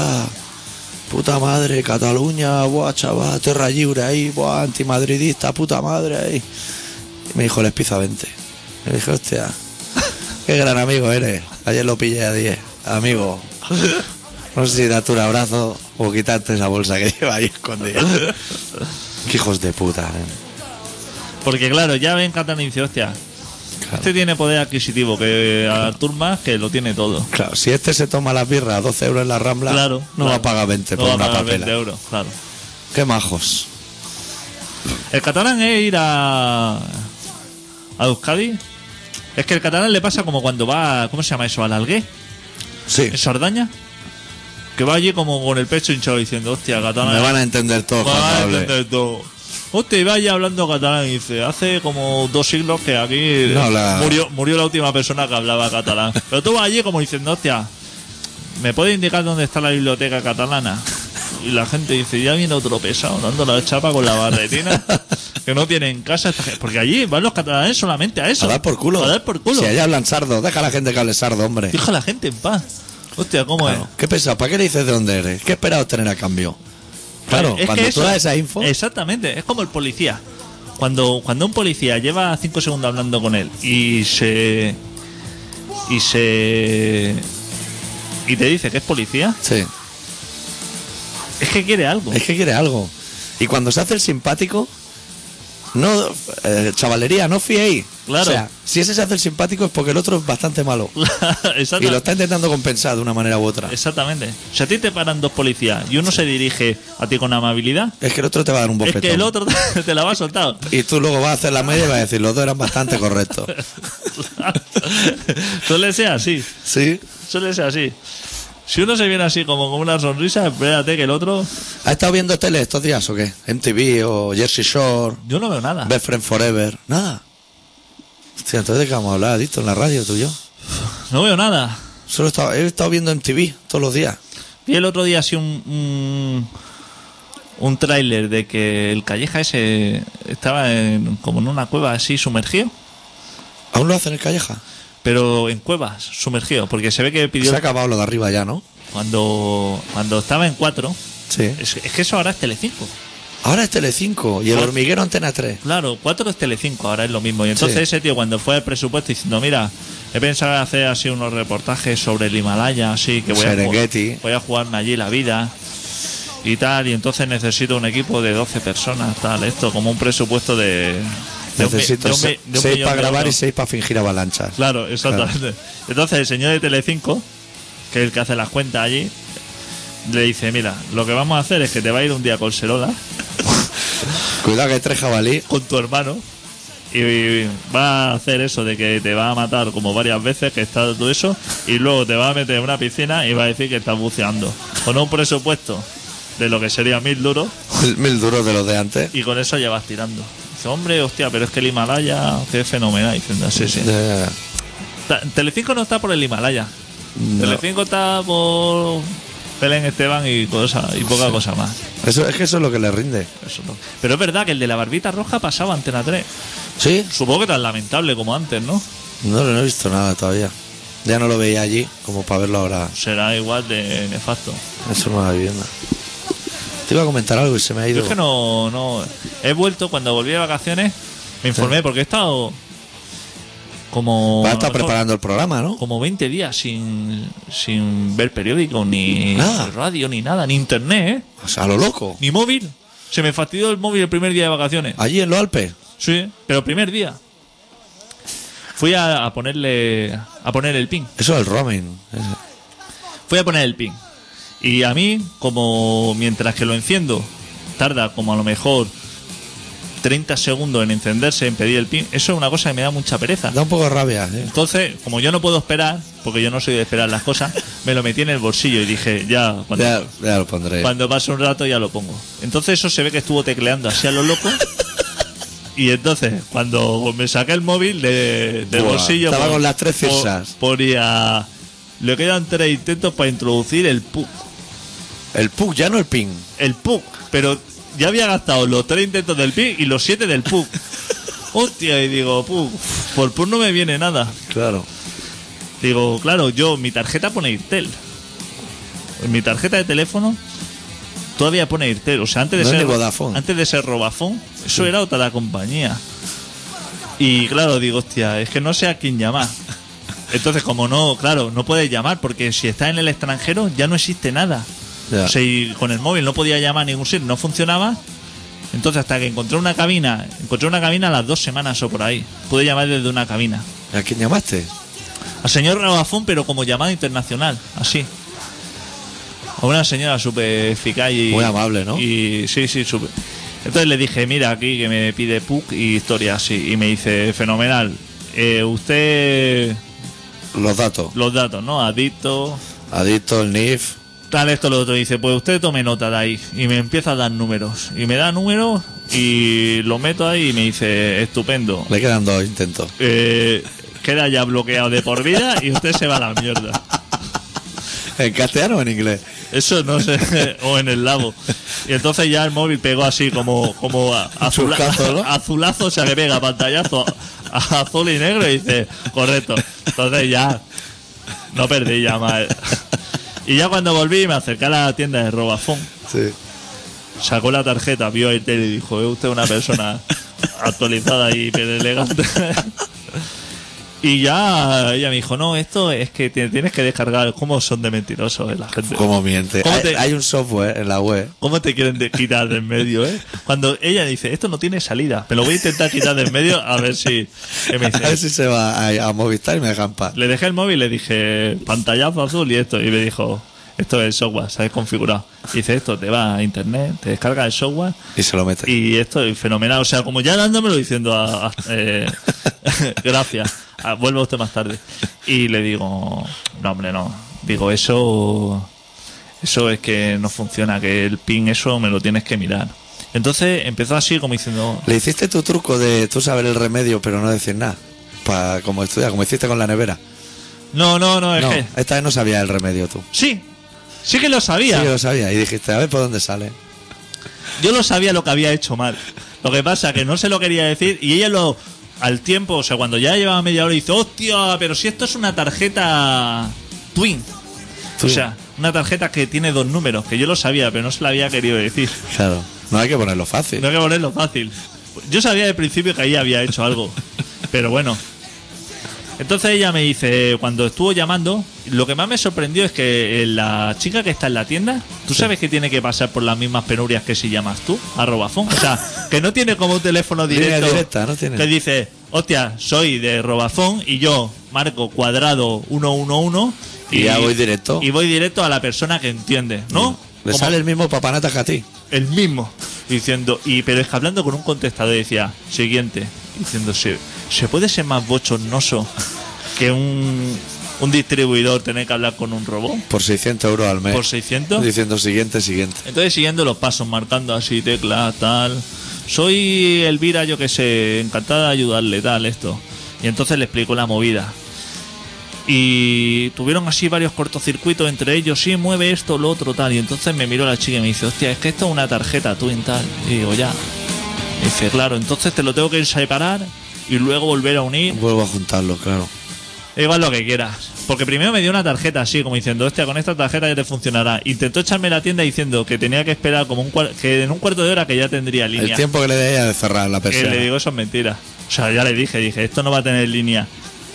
Speaker 1: puta madre, Cataluña, buah, chaval, terra libre ahí, buah, antimadridista, puta madre ahí. Y me dijo, les pizza 20. Le dije, hostia, qué gran amigo eres. Ayer lo pillé a 10, amigo. No sé si darte un abrazo o quitarte esa bolsa que lleva ahí escondida. Qué hijos de puta, ¿eh?
Speaker 3: Porque claro, ya ven Catalán y dice, hostia, este tiene poder adquisitivo, que Artur más que lo tiene todo.
Speaker 1: Claro, si este se toma las birras a 12 euros en la Rambla,
Speaker 3: Claro.
Speaker 1: no
Speaker 3: claro.
Speaker 1: va a pagar 20
Speaker 3: No
Speaker 1: por
Speaker 3: va a
Speaker 1: una
Speaker 3: pagar
Speaker 1: papela.
Speaker 3: 20 euros, claro.
Speaker 1: Qué majos.
Speaker 3: El catalán es ir a. a Euskadi. Es que el catalán le pasa como cuando va. a- ¿Cómo se llama eso? Al Algué,
Speaker 1: Sí,
Speaker 3: en Sardaña. Que va allí como con el pecho hinchado diciendo, hostia, catalán.
Speaker 1: me van a entender todos
Speaker 3: me van
Speaker 1: cuando
Speaker 3: a
Speaker 1: hable.
Speaker 3: entender todo. Hostia, y va allí hablando catalán y dice, hace como dos siglos que aquí
Speaker 1: No habla-
Speaker 3: murió, murió la última persona que hablaba catalán. Pero tú vas allí como diciendo, hostia, ¿me puede indicar dónde está la biblioteca catalana? Y la gente dice, ya viene otro pesado, dando la chapa con la barretina, que no tienen casa. esta gente. Porque allí van los catalanes solamente a eso.
Speaker 1: ¿eh? A dar por culo.
Speaker 3: A dar por culo.
Speaker 1: Si allá hablan sardo, deja a la gente que hable sardo, hombre.
Speaker 3: Deja a la gente en paz. Hostia, ¿cómo
Speaker 1: Claro. ¿Qué pensado? ¿Para qué le dices de dónde eres? ¿Qué esperas obtener a cambio?
Speaker 3: es?
Speaker 1: Claro,
Speaker 3: Es que
Speaker 1: cuando tú
Speaker 3: eso-
Speaker 1: das esa info,
Speaker 3: Exactamente, es como el policía. Cuando, cuando un policía lleva cinco segundos hablando con él y se. y se. y te dice que es policía,
Speaker 1: sí,
Speaker 3: es que quiere algo.
Speaker 1: es que quiere algo. Y cuando se hace el simpático, no, eh, chavalería, no fiéis.
Speaker 3: Claro.
Speaker 1: O sea, si ese se hace el simpático es porque el otro es bastante malo.
Speaker 3: Exacta-
Speaker 1: Y lo está intentando compensar de una manera u otra.
Speaker 3: Exactamente. Si a ti te paran dos policías y uno se dirige a ti con amabilidad,
Speaker 1: Es que el otro te va a dar un bofetón.
Speaker 3: es que el otro te, la va a soltar.
Speaker 1: Y tú luego vas a hacer la media y vas a decir, los dos eran bastante correctos.
Speaker 3: Suele ser así.
Speaker 1: Sí.
Speaker 3: Suele ser así. Si uno se viene así como con una sonrisa, espérate que el otro.
Speaker 1: ¿Has estado viendo tele estos días o qué? MTV o Jersey Shore,
Speaker 3: Yo no veo nada.
Speaker 1: Best Friend Forever, nada. Hostia, entonces de qué vamos a hablar, Adicto, en la radio tú y yo.
Speaker 3: Pues No veo nada.
Speaker 1: Solo he estado, he estado viendo MTV todos los días.
Speaker 3: Vi el otro día así un. un, un tráiler de que el calleja ese estaba en- como en una cueva así sumergido.
Speaker 1: Aún lo hacen en Calleja.
Speaker 3: Pero en cuevas, sumergido. Porque se ve que pidió.
Speaker 1: Se ha acabado lo de arriba ya, ¿no?
Speaker 3: Cuando, cuando estaba en cuatro.
Speaker 1: Sí.
Speaker 3: Es, Ah. es que eso ahora es Telecinco.
Speaker 1: Ahora es Telecinco y el hormiguero Antena 3.
Speaker 3: Claro, 4 es Telecinco, ahora es lo mismo. Y entonces
Speaker 1: Sí.
Speaker 3: ese tío cuando fue al presupuesto diciendo, mira, he pensado en hacer así unos reportajes sobre el Himalaya, así que voy a,
Speaker 1: Serengeti.
Speaker 3: ju- voy a jugarme allí la vida y tal, y entonces necesito un equipo de 12 personas, tal, esto, como un presupuesto de... de un mi-
Speaker 1: Necesito
Speaker 3: de un mi-
Speaker 1: se-
Speaker 3: de un
Speaker 1: seis
Speaker 3: millón
Speaker 1: para
Speaker 3: de
Speaker 1: grabar y
Speaker 3: euros.
Speaker 1: seis para fingir avalanchas.
Speaker 3: Claro, exactamente. Entonces el señor de Telecinco, que es el que hace las cuentas allí, le dice, mira, lo que vamos a hacer es que te va a ir un día con Serola
Speaker 1: Cuidado que hay tres jabalí.
Speaker 3: con tu hermano y va a hacer eso de que te va a matar como varias veces que está todo eso y luego te va a meter en una piscina y va a decir que estás buceando con un presupuesto de lo que sería mil duros
Speaker 1: Mil, mil duros de los de antes.
Speaker 3: y con eso ya vas tirando. Dice, hombre, hostia, pero es que el Himalaya, que es fenomenal. Diciendo, sí, sí.
Speaker 1: Eh,
Speaker 3: Ta- Telecinco no está por el Himalaya. Telecinco está por Belén Esteban y cosa, y poca cosa más.
Speaker 1: eso, es que eso es lo que le rinde.
Speaker 3: Eso no. Pero es verdad que el de la barbita roja pasaba Antena 3.
Speaker 1: ¿Sí?
Speaker 3: Supongo que tan lamentable como antes, ¿no?
Speaker 1: No, no he visto nada todavía. Ya no lo veía allí como para verlo ahora
Speaker 3: será igual de nefasto.
Speaker 1: en su nueva vivienda. Te iba a comentar algo y se me ha
Speaker 3: Yo
Speaker 1: ido.
Speaker 3: es que no, no. He vuelto cuando volví de vacaciones, me informé porque he estado como.
Speaker 1: Va a estar
Speaker 3: como-
Speaker 1: preparando el programa, ¿no?
Speaker 3: Como 20 días sin, sin ver periódico, ni
Speaker 1: Nada.
Speaker 3: radio, ni nada, ni internet, ¿eh?
Speaker 1: O sea, a lo loco.
Speaker 3: ni móvil. Se me fastidió el móvil el primer día de vacaciones.
Speaker 1: Allí en los Alpes.
Speaker 3: Sí, pero primer día. Fui a, a ponerle a poner el pin.
Speaker 1: Eso es el roaming. Eh, Ese.
Speaker 3: Voy a poner el pin. Y a mí, como mientras que lo enciendo, tarda como a lo mejor 30 segundos en encenderse, en pedir el pin, eso es una cosa que me da mucha pereza.
Speaker 1: Da un poco de rabia. ¿eh?
Speaker 3: Entonces, como yo no puedo esperar, porque yo no soy de esperar las cosas, me lo metí en el bolsillo y dije, ya, cuando,
Speaker 1: Ya, ya lo pondré.
Speaker 3: cuando pase un rato ya lo pongo. Entonces eso se ve que estuvo tecleando así a lo loco. Y entonces, cuando me saqué el móvil de, del
Speaker 1: Buah,
Speaker 3: bolsillo...
Speaker 1: estaba
Speaker 3: pon-
Speaker 1: con las tres
Speaker 3: pon-
Speaker 1: cirsas.
Speaker 3: Ponía... Le quedan tres intentos para introducir el PUC.
Speaker 1: El PUC, ya no el PIN.
Speaker 3: El PUC. Pero ya había gastado los tres intentos del PIC y los siete del PUC. Hostia, y digo, PUC, por PUC no me viene nada.
Speaker 1: Claro.
Speaker 3: Digo, claro, yo, mi tarjeta pone Irtel. En mi tarjeta de teléfono todavía pone Irtel. O sea, antes de
Speaker 1: No es
Speaker 3: ser.
Speaker 1: ni Vodafone.
Speaker 3: Antes de ser Robafone, eso era otra la compañía. Y claro, digo, hostia, es que no sé a quién llamar. Entonces, como no, claro, no puedes llamar porque si estás en el extranjero ya no existe nada.
Speaker 1: Ya.
Speaker 3: O sea, y con el móvil no podía llamar a ningún sitio, no funcionaba. Entonces, hasta que encontré una cabina, encontré una cabina a las dos semanas o por ahí. Pude llamar desde una cabina.
Speaker 1: ¿A quién llamaste?
Speaker 3: Al señor Rabafón, pero como llamada internacional, así. A una señora súper eficaz y.
Speaker 1: Muy amable, ¿no?
Speaker 3: Y sí, sí, súper. Entonces le dije, mira aquí que me pide PUC y historia así. Y me dice, fenomenal. Eh, usted,
Speaker 1: Los datos.
Speaker 3: los datos, ¿no? Adicto,
Speaker 1: Adicto, el NIF.
Speaker 3: tal, esto, lo otro. Y dice, pues usted tome nota de ahí. Y me empieza a dar números. Y me da números y lo meto ahí y me dice, estupendo.
Speaker 1: Le quedan dos intentos.
Speaker 3: Eh, queda ya bloqueado de por vida y usted se va a la mierda.
Speaker 1: ¿En castellano o en inglés?
Speaker 3: Eso no sé, o en el lago. Y entonces ya el móvil pegó así como, como a- azula-
Speaker 1: Chuscazo, ¿no?
Speaker 3: azulazo, o sea que pega pantallazo a- azul y negro y dice, correcto. Entonces ya no perdí ya más. Y ya cuando volví me acerqué a la tienda de Robafón,
Speaker 1: Sí.
Speaker 3: sacó la tarjeta, vio el tele y dijo, es usted una persona actualizada y elegante. Y ya ella me dijo, no, esto es que te tienes que descargar. ¿Cómo son de mentirosos eh, la gente?
Speaker 1: ¿Cómo miente?
Speaker 3: ¿Cómo
Speaker 1: hay,
Speaker 3: te-
Speaker 1: hay un software en la web.
Speaker 3: ¿Cómo te quieren de- quitar de en medio, eh? Cuando ella dice, esto no tiene salida, pero voy a intentar quitar de en medio a ver si... y me
Speaker 1: A
Speaker 3: dice,
Speaker 1: ver si se va a, a Movistar y me dejan paz.
Speaker 3: le dejé el móvil y le dije, pantallazo azul y esto. Y me dijo, esto es software, se ha desconfigurado. Y dice, esto te va a internet, te descarga el software
Speaker 1: Y se lo mete.
Speaker 3: y esto es fenomenal. O sea, como ya dándomelo diciendo a- a- eh, gracias. Ah, vuelve usted más tarde. Y le digo, no, hombre, no. Digo, eso. Eso es que no funciona, que el pin, eso me lo tienes que mirar. Entonces empezó así, como diciendo,
Speaker 1: Le hiciste tu truco de tú saber el remedio pero no decir nada. Pa- como estudiar, como hiciste con la nevera.
Speaker 3: no, no, no, es
Speaker 1: No,
Speaker 3: que.
Speaker 1: esta vez no sabía el remedio tú.
Speaker 3: Sí, sí que lo
Speaker 1: Sí,
Speaker 3: sabía.
Speaker 1: yo lo sabía. Y dijiste, a ver por dónde sale.
Speaker 3: Yo lo sabía lo que había hecho mal. Lo que pasa que no se lo quería decir y ella lo al tiempo, o sea, cuando ya llevaba media hora dice, "Hostia, pero si esto es una tarjeta Twin." O
Speaker 1: Twin.
Speaker 3: sea, una tarjeta que tiene dos números, que yo lo sabía, pero no se la había querido decir.
Speaker 1: Claro. No hay que ponerlo fácil.
Speaker 3: No hay que ponerlo fácil. Yo sabía de principio que ella había hecho algo, pero bueno. Entonces ella me dice, cuando estuvo llamando, lo que más me sorprendió es que eh, la chica que está en la tienda, tú sabes que tiene que pasar por las mismas penurias que si llamas tú, a Robafón. O sea, que no tiene como un teléfono
Speaker 1: Línea
Speaker 3: directo.
Speaker 1: directa, no tiene.
Speaker 3: Que dice, hostia, soy de Robafón y yo marco cuadrado 111
Speaker 1: Y ya voy directo.
Speaker 3: Y voy directo a la persona que entiende, ¿no?
Speaker 1: Le
Speaker 3: Como-
Speaker 1: sale el mismo papanata que a ti.
Speaker 3: el mismo diciendo y pero es que hablando con un contestador decía siguiente diciendo se, se puede ser más bochornoso que un, un distribuidor tener que hablar con un robot
Speaker 1: Por 600 euros al mes.
Speaker 3: por 600
Speaker 1: Diciendo siguiente, siguiente.
Speaker 3: entonces siguiendo los pasos marcando así tecla tal soy Elvira yo que sé encantada de ayudarle tal esto y entonces le explicó la movida y tuvieron así varios cortocircuitos entre ellos, sí, mueve esto, lo otro, tal. Y entonces me miró la chica y me dice, hostia, es que esto es una tarjeta Twin tal. Y digo, ya. Y dice, claro, entonces te lo tengo que separar y luego volver a unir.
Speaker 1: Vuelvo a juntarlo, claro.
Speaker 3: Igual lo que quieras. Porque primero me dio una tarjeta así, como diciendo, hostia, con esta tarjeta ya te funcionará. Intentó echarme la tienda diciendo que tenía que esperar como un cuar- que en un cuarto de hora que ya tendría línea.
Speaker 1: El tiempo que le dé de cerrar la
Speaker 3: Que
Speaker 1: persona.
Speaker 3: le digo, eso es mentira. O sea, ya le dije, dije, esto no va a tener línea.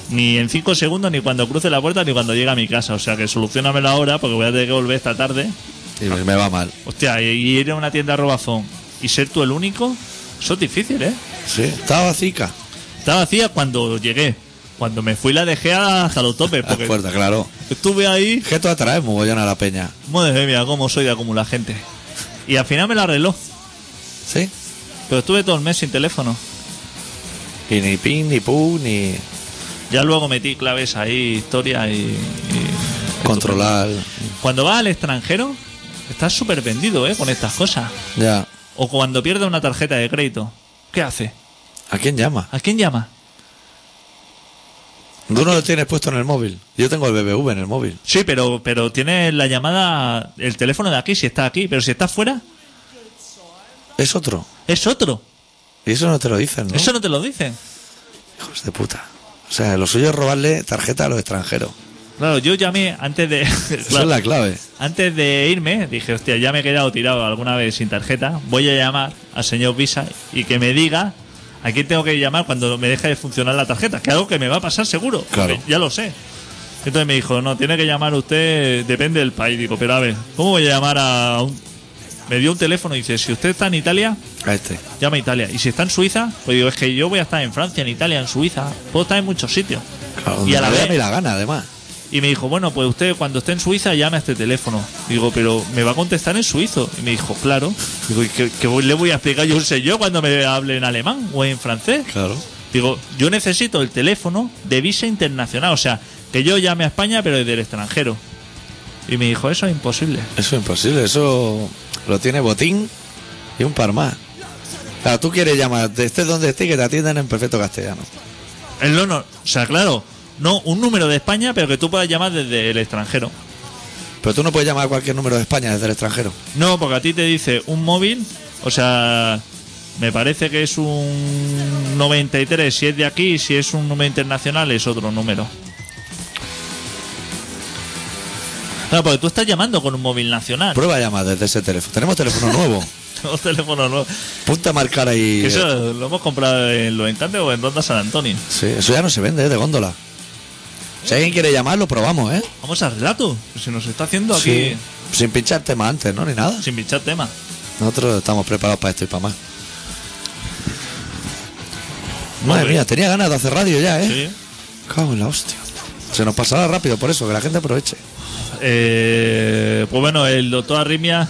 Speaker 3: Ni en 5 segundos, ni cuando cruce la puerta, ni cuando llegue a mi casa. O sea, que solucionamelo ahora, porque voy a tener que volver esta tarde.
Speaker 1: Y me me va mal.
Speaker 3: Hostia, y- y ir a una tienda robazón y ser tú el único, eso es difícil, ¿eh?
Speaker 1: Sí. Estaba cica.
Speaker 3: Estaba vacía cuando llegué. Cuando me fui la dejé hasta los topes,
Speaker 1: A
Speaker 3: porque
Speaker 1: puerta, claro.
Speaker 3: estuve ahí
Speaker 1: Es que tú atraes mogollón a la peña.
Speaker 3: Madre mía, cómo soy de acumular gente. Y al final me la arregló,
Speaker 1: ¿Sí?
Speaker 3: pero estuve todo el mes sin teléfono.
Speaker 1: Y ni pin, ni pu, ni
Speaker 3: Ya luego metí claves ahí, historia y. y-
Speaker 1: controlar.
Speaker 3: Cuando vas al extranjero, estás súper vendido, ¿eh? Con estas cosas.
Speaker 1: Ya.
Speaker 3: O cuando pierdes una tarjeta de crédito, ¿qué hace?
Speaker 1: ¿A quién llama?
Speaker 3: ¿A quién llama?
Speaker 1: Tú no lo tienes puesto en el móvil. Yo tengo el BBV en el móvil.
Speaker 3: Sí, pero, pero tienes la llamada, el teléfono de aquí, si está aquí, pero si está fuera,
Speaker 1: Es otro.
Speaker 3: es otro.
Speaker 1: Y eso no te lo dicen, ¿no?
Speaker 3: Eso no te lo dicen.
Speaker 1: Hijos de puta. O sea, lo suyo es robarle tarjeta a los extranjeros.
Speaker 3: Claro, yo llamé antes de.
Speaker 1: Esa es
Speaker 3: Claro.
Speaker 1: la clave.
Speaker 3: Antes de irme, dije, hostia, ya me he quedado tirado alguna vez sin tarjeta. Voy a llamar al señor Visa y que me diga a quién tengo que llamar cuando me deje de funcionar la tarjeta, que es algo que me va a pasar seguro.
Speaker 1: Claro.
Speaker 3: porque Ya lo sé. Entonces me dijo, no, tiene que llamar usted, depende del país. Digo, pero a ver, ¿cómo voy a llamar a un.? Me dio un teléfono y dice, si usted está en Italia,
Speaker 1: A este.
Speaker 3: llama a Italia. Y si está en Suiza, pues digo, es que yo voy a estar en Francia, en Italia, en Suiza. Puedo estar en muchos sitios.
Speaker 1: Claro,
Speaker 3: y
Speaker 1: donde
Speaker 3: a la
Speaker 1: no le da
Speaker 3: vez
Speaker 1: ni la gana, además.
Speaker 3: y me dijo, bueno, pues usted cuando esté en Suiza llame a este teléfono. Digo, pero me va a contestar en suizo. Y me dijo, claro. Digo, ¿y qué, qué voy- le voy a explicar yo, sé yo, cuando me hable en alemán o en francés?
Speaker 1: Claro.
Speaker 3: Digo, yo necesito el teléfono de visa internacional. O sea, que yo llame a España, pero desde el extranjero. Y me dijo, eso es imposible.
Speaker 1: Eso es imposible. Eso lo tiene Botín y un par más. Claro, tú quieres llamar, de estés donde estés, que te atiendan en perfecto castellano.
Speaker 3: El no, no, o sea, claro, no un número de España, pero que tú puedas llamar desde el extranjero.
Speaker 1: Pero tú no puedes llamar a cualquier número de España desde el extranjero.
Speaker 3: No, porque a ti te dice un móvil, o sea, me parece que es un 93 si es de aquí, si es un número internacional es otro número. Claro, porque tú estás llamando con un móvil nacional,
Speaker 1: Prueba a llamar desde ese teléfono. Tenemos teléfono nuevo.
Speaker 3: un teléfono nuevo.
Speaker 1: Punta a marcar ahí.
Speaker 3: Eso lo hemos comprado en Los Encantes o en Ronda San Antonio.
Speaker 1: Sí, eso ya no se vende, ¿eh? de góndola. Si alguien quiere llamar, lo probamos, ¿eh?
Speaker 3: Vamos al relato, que se nos está haciendo aquí
Speaker 1: Sí. Sin pinchar tema antes, ¿no? Ni nada.
Speaker 3: sin pinchar tema.
Speaker 1: Nosotros estamos preparados para esto y para más. Madre
Speaker 3: Hombre.
Speaker 1: mía, tenía ganas de hacer radio ya, ¿eh?
Speaker 3: Sí.
Speaker 1: Cago en la hostia. Se nos pasará rápido por eso, que la gente aproveche.
Speaker 3: Eh, pues bueno, el doctor Arrimia,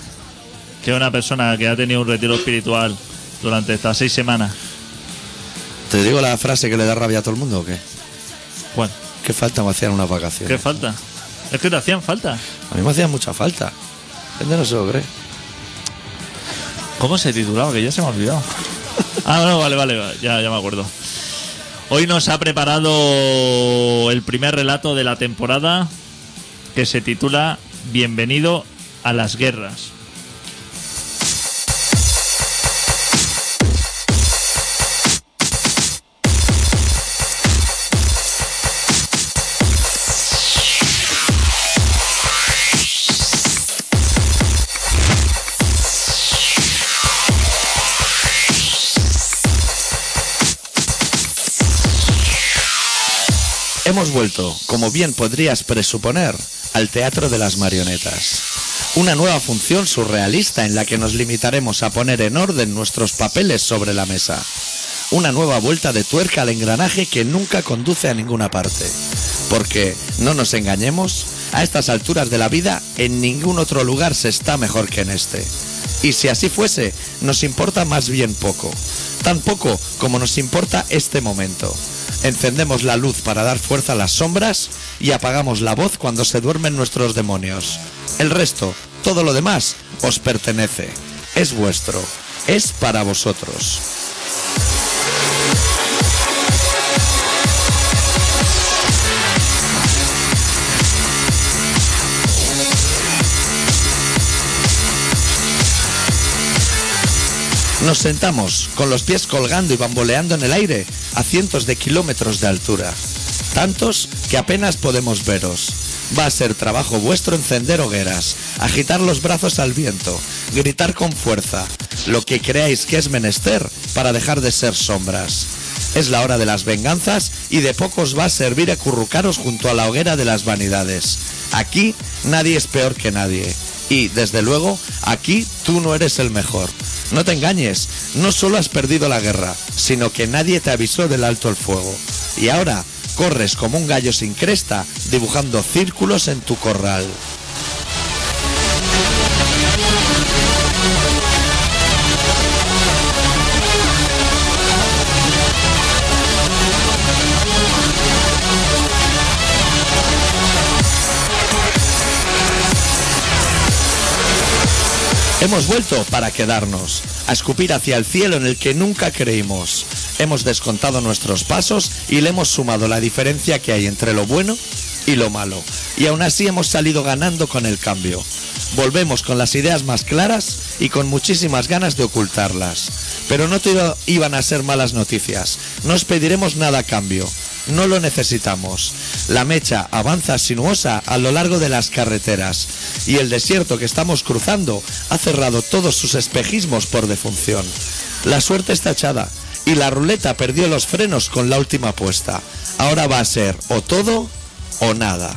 Speaker 3: que es una persona que ha tenido un retiro espiritual durante estas seis semanas.
Speaker 1: ¿Te digo la frase que le da rabia a todo el mundo o qué?
Speaker 3: Juan,
Speaker 1: Qué falta me hacían unas
Speaker 3: ¿qué
Speaker 1: vacaciones.
Speaker 3: falta? Es que te hacían falta.
Speaker 1: A mí me hacían mucha falta. La gente no se lo cree.
Speaker 3: ¿Cómo se titulaba? Que ya se me ha olvidado. Ah, no, vale, vale, vale, ya, ya me acuerdo. Hoy nos ha preparado el primer relato de la temporada que se titula Bienvenido a las guerras.
Speaker 1: Hemos vuelto, como bien podrías presuponer, al Teatro de las Marionetas. Una nueva función surrealista en la que nos limitaremos a poner en orden nuestros papeles sobre la mesa. Una nueva vuelta de tuerca al engranaje que nunca conduce a ninguna parte. Porque, no nos engañemos, a estas alturas de la vida en ningún otro lugar se está mejor que en este. Y si así fuese, nos importa más bien poco. Tan poco como nos importa este momento. Encendemos la luz para dar fuerza a las sombras y apagamos la voz cuando se duermen nuestros demonios. El resto, todo lo demás, os pertenece. Es vuestro. Es para vosotros. Nos sentamos, con los pies colgando y bamboleando en el aire, a cientos de kilómetros de altura. Tantos que apenas podemos veros. Va a ser trabajo vuestro encender hogueras, agitar los brazos al viento, gritar con fuerza, lo que creáis que es menester para dejar de ser sombras. Es la hora de las venganzas y de poco os va a servir acurrucaros junto a la hoguera de las vanidades. Aquí nadie es peor que nadie. Y, desde luego, aquí tú no eres el mejor. No te engañes, no solo has perdido la guerra, sino que nadie te avisó del alto el fuego. Y ahora corres como un gallo sin cresta, dibujando círculos en tu corral. Hemos vuelto para quedarnos, a escupir hacia el cielo en el que nunca creímos. Hemos descontado nuestros pasos y le hemos sumado la diferencia que hay entre lo bueno y lo malo. Y aún así hemos salido ganando con el cambio. Volvemos con las ideas más claras y con muchísimas ganas de ocultarlas. Pero no te iba- iban a ser malas noticias. No os pediremos nada a cambio. No lo necesitamos. La mecha avanza sinuosa a lo largo de las carreteras y el desierto que estamos cruzando ha cerrado todos sus espejismos por defunción. La suerte está echada y la ruleta perdió los frenos con la última apuesta. Ahora va a ser o todo o nada.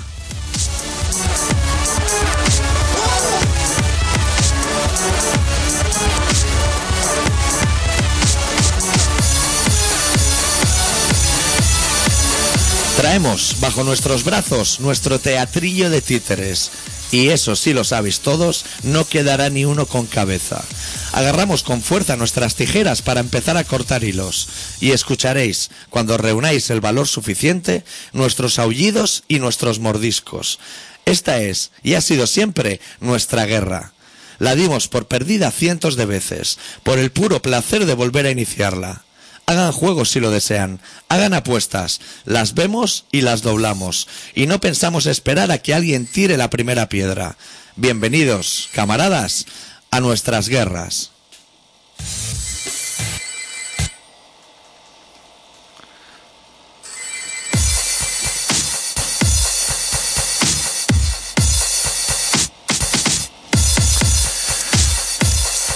Speaker 1: Traemos bajo nuestros brazos nuestro teatrillo de títeres. Y eso sí lo sabéis todos, no quedará ni uno con cabeza. Agarramos con fuerza nuestras tijeras para empezar a cortar hilos. Y escucharéis, cuando reunáis el valor suficiente, nuestros aullidos y nuestros mordiscos. Esta es, y ha sido siempre, nuestra guerra. La dimos por perdida cientos de veces, por el puro placer de volver a iniciarla. Hagan juegos si lo desean, hagan apuestas, las vemos y las doblamos, y no pensamos esperar a que alguien tire la primera piedra. Bienvenidos, camaradas, a nuestras guerras.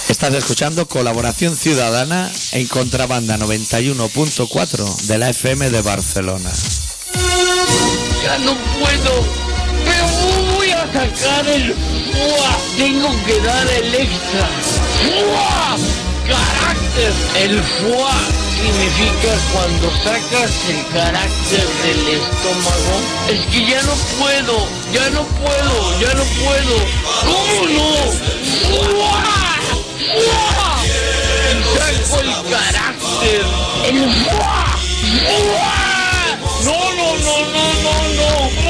Speaker 1: Estás escuchando Colaboración Ciudadana en Contrabanda 91.4 de la FM de Barcelona.
Speaker 6: ya no puedo. Me voy a sacar el ¡Fua! Tengo que dar el extra. ¡Fua! Carácter. El FUA significa cuando sacas el carácter del estómago. Es que ya no puedo, ya no puedo, ya no puedo. ¿Cómo no? ¡Fua! ¡Fua! Y saco el carácter. El FUA. ¡Fua! No, no, no, no.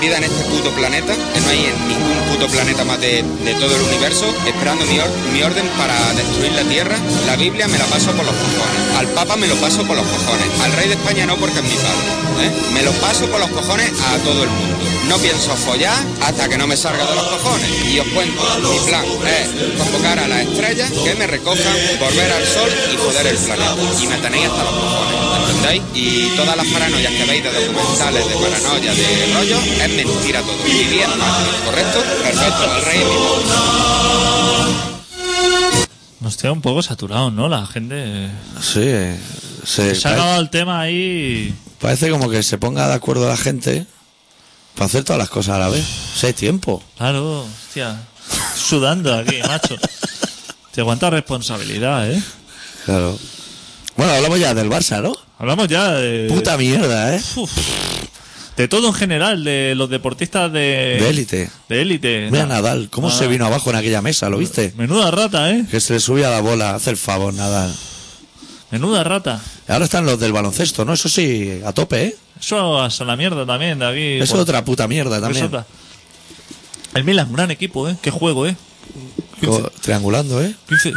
Speaker 7: vida en este puto planeta, que no hay en ningún puto planeta más de, de todo el universo, esperando mi, or- mi orden para destruir la Tierra. La Biblia me la paso por los cojones. Al Papa me lo paso por los cojones. Al Rey de España no porque es mi padre. ¿eh? Me lo paso por los cojones a todo el mundo. No pienso follar hasta que no me salga de los cojones. Y os cuento, mi plan es convocar a las estrellas que me recojan, volver al sol y joder el planeta. Y me tenéis hasta los cojones, ¿entendéis? Y todas las paranoias que veis de documentales, de paranoia, de rollo, es mentira todo. Mi vida es fácil, ¿correcto? Perfecto, el rey es mi padre.
Speaker 3: Nos queda un poco saturado, ¿no? La gente.
Speaker 1: Sí, eh, se-
Speaker 3: Se ha acabado el tema ahí.
Speaker 1: parece como que se ponga de acuerdo la gente para hacer todas las cosas a la vez. Si hay tiempo.
Speaker 3: Claro, hostia. Sudando aquí, macho. Te aguanta responsabilidad, ¿eh?
Speaker 1: Claro. Bueno, hablamos ya del Barça, ¿no?
Speaker 3: Hablamos ya de.
Speaker 1: Puta mierda, ¿eh?
Speaker 3: De todo en general, de los deportistas de.
Speaker 1: De élite.
Speaker 3: De élite.
Speaker 1: Eh, Mira Ah.
Speaker 3: Na-
Speaker 1: Nadal, ¿cómo se
Speaker 3: Nadal.
Speaker 1: vino abajo en aquella mesa? ¿Lo viste?
Speaker 3: Menuda rata, ¿eh?
Speaker 1: Que se le subía la bola, hace el favor, Nadal.
Speaker 3: Menuda rata.
Speaker 1: Ahora están los del baloncesto, ¿no? Eso sí, a tope, ¿eh?
Speaker 3: Eso hasta la mierda también, pues, David.
Speaker 1: Eso es otra puta mierda también.
Speaker 3: El Milan, gran equipo, ¿eh? Qué juego, ¿eh?
Speaker 1: Co- Triangulando, ¿eh?
Speaker 3: 15.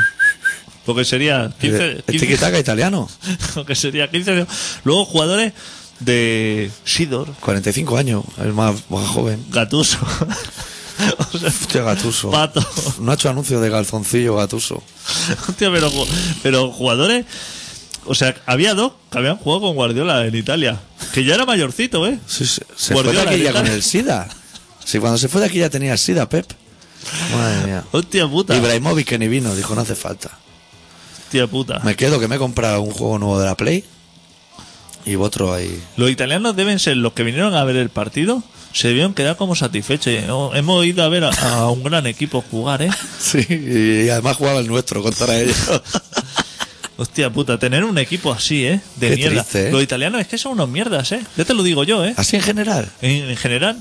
Speaker 3: Lo que sería 15.
Speaker 1: El
Speaker 3: 15
Speaker 1: tiki-taka italiano.
Speaker 3: lo que sería 15. de- Luego jugadores de Sidor,
Speaker 1: 45 años, el más, más joven.
Speaker 3: Gatuso. o sea,
Speaker 1: Hostia, Gatuso.
Speaker 3: Pato.
Speaker 1: No ha hecho anuncio de calzoncillo Gatuso.
Speaker 3: Hostia, pero, ju- pero jugadores. O sea, había dos que habían jugado con Guardiola en Italia. Que ya era mayorcito, ¿eh?
Speaker 1: Sí, sí, se
Speaker 3: Guardiola,
Speaker 1: fue de aquí ya
Speaker 3: ¿verdad?
Speaker 1: con el SIDA. Sí, cuando se fue de aquí ya tenía SIDA, Pep. Madre mía.
Speaker 3: Hostia puta.
Speaker 1: Ibrahimovic que ni vino, dijo, no hace falta.
Speaker 3: Hostia puta.
Speaker 1: Me quedo que me he comprado un juego nuevo de la Play y otro ahí.
Speaker 3: Los italianos deben ser los que vinieron a ver el partido. Se debieron quedar como satisfechos. Oh, Hemos ido a ver a, a un gran equipo jugar, ¿eh?
Speaker 1: Sí, y además jugaba el nuestro contra ellos.
Speaker 3: Hostia puta, tener un equipo así, ¿eh? De
Speaker 1: Qué
Speaker 3: mierda.
Speaker 1: triste, ¿eh? Ah.
Speaker 3: Los italianos es que son unos mierdas, ¿eh? Ya te lo digo yo, ¿eh?
Speaker 1: Así en general.
Speaker 3: En, en general,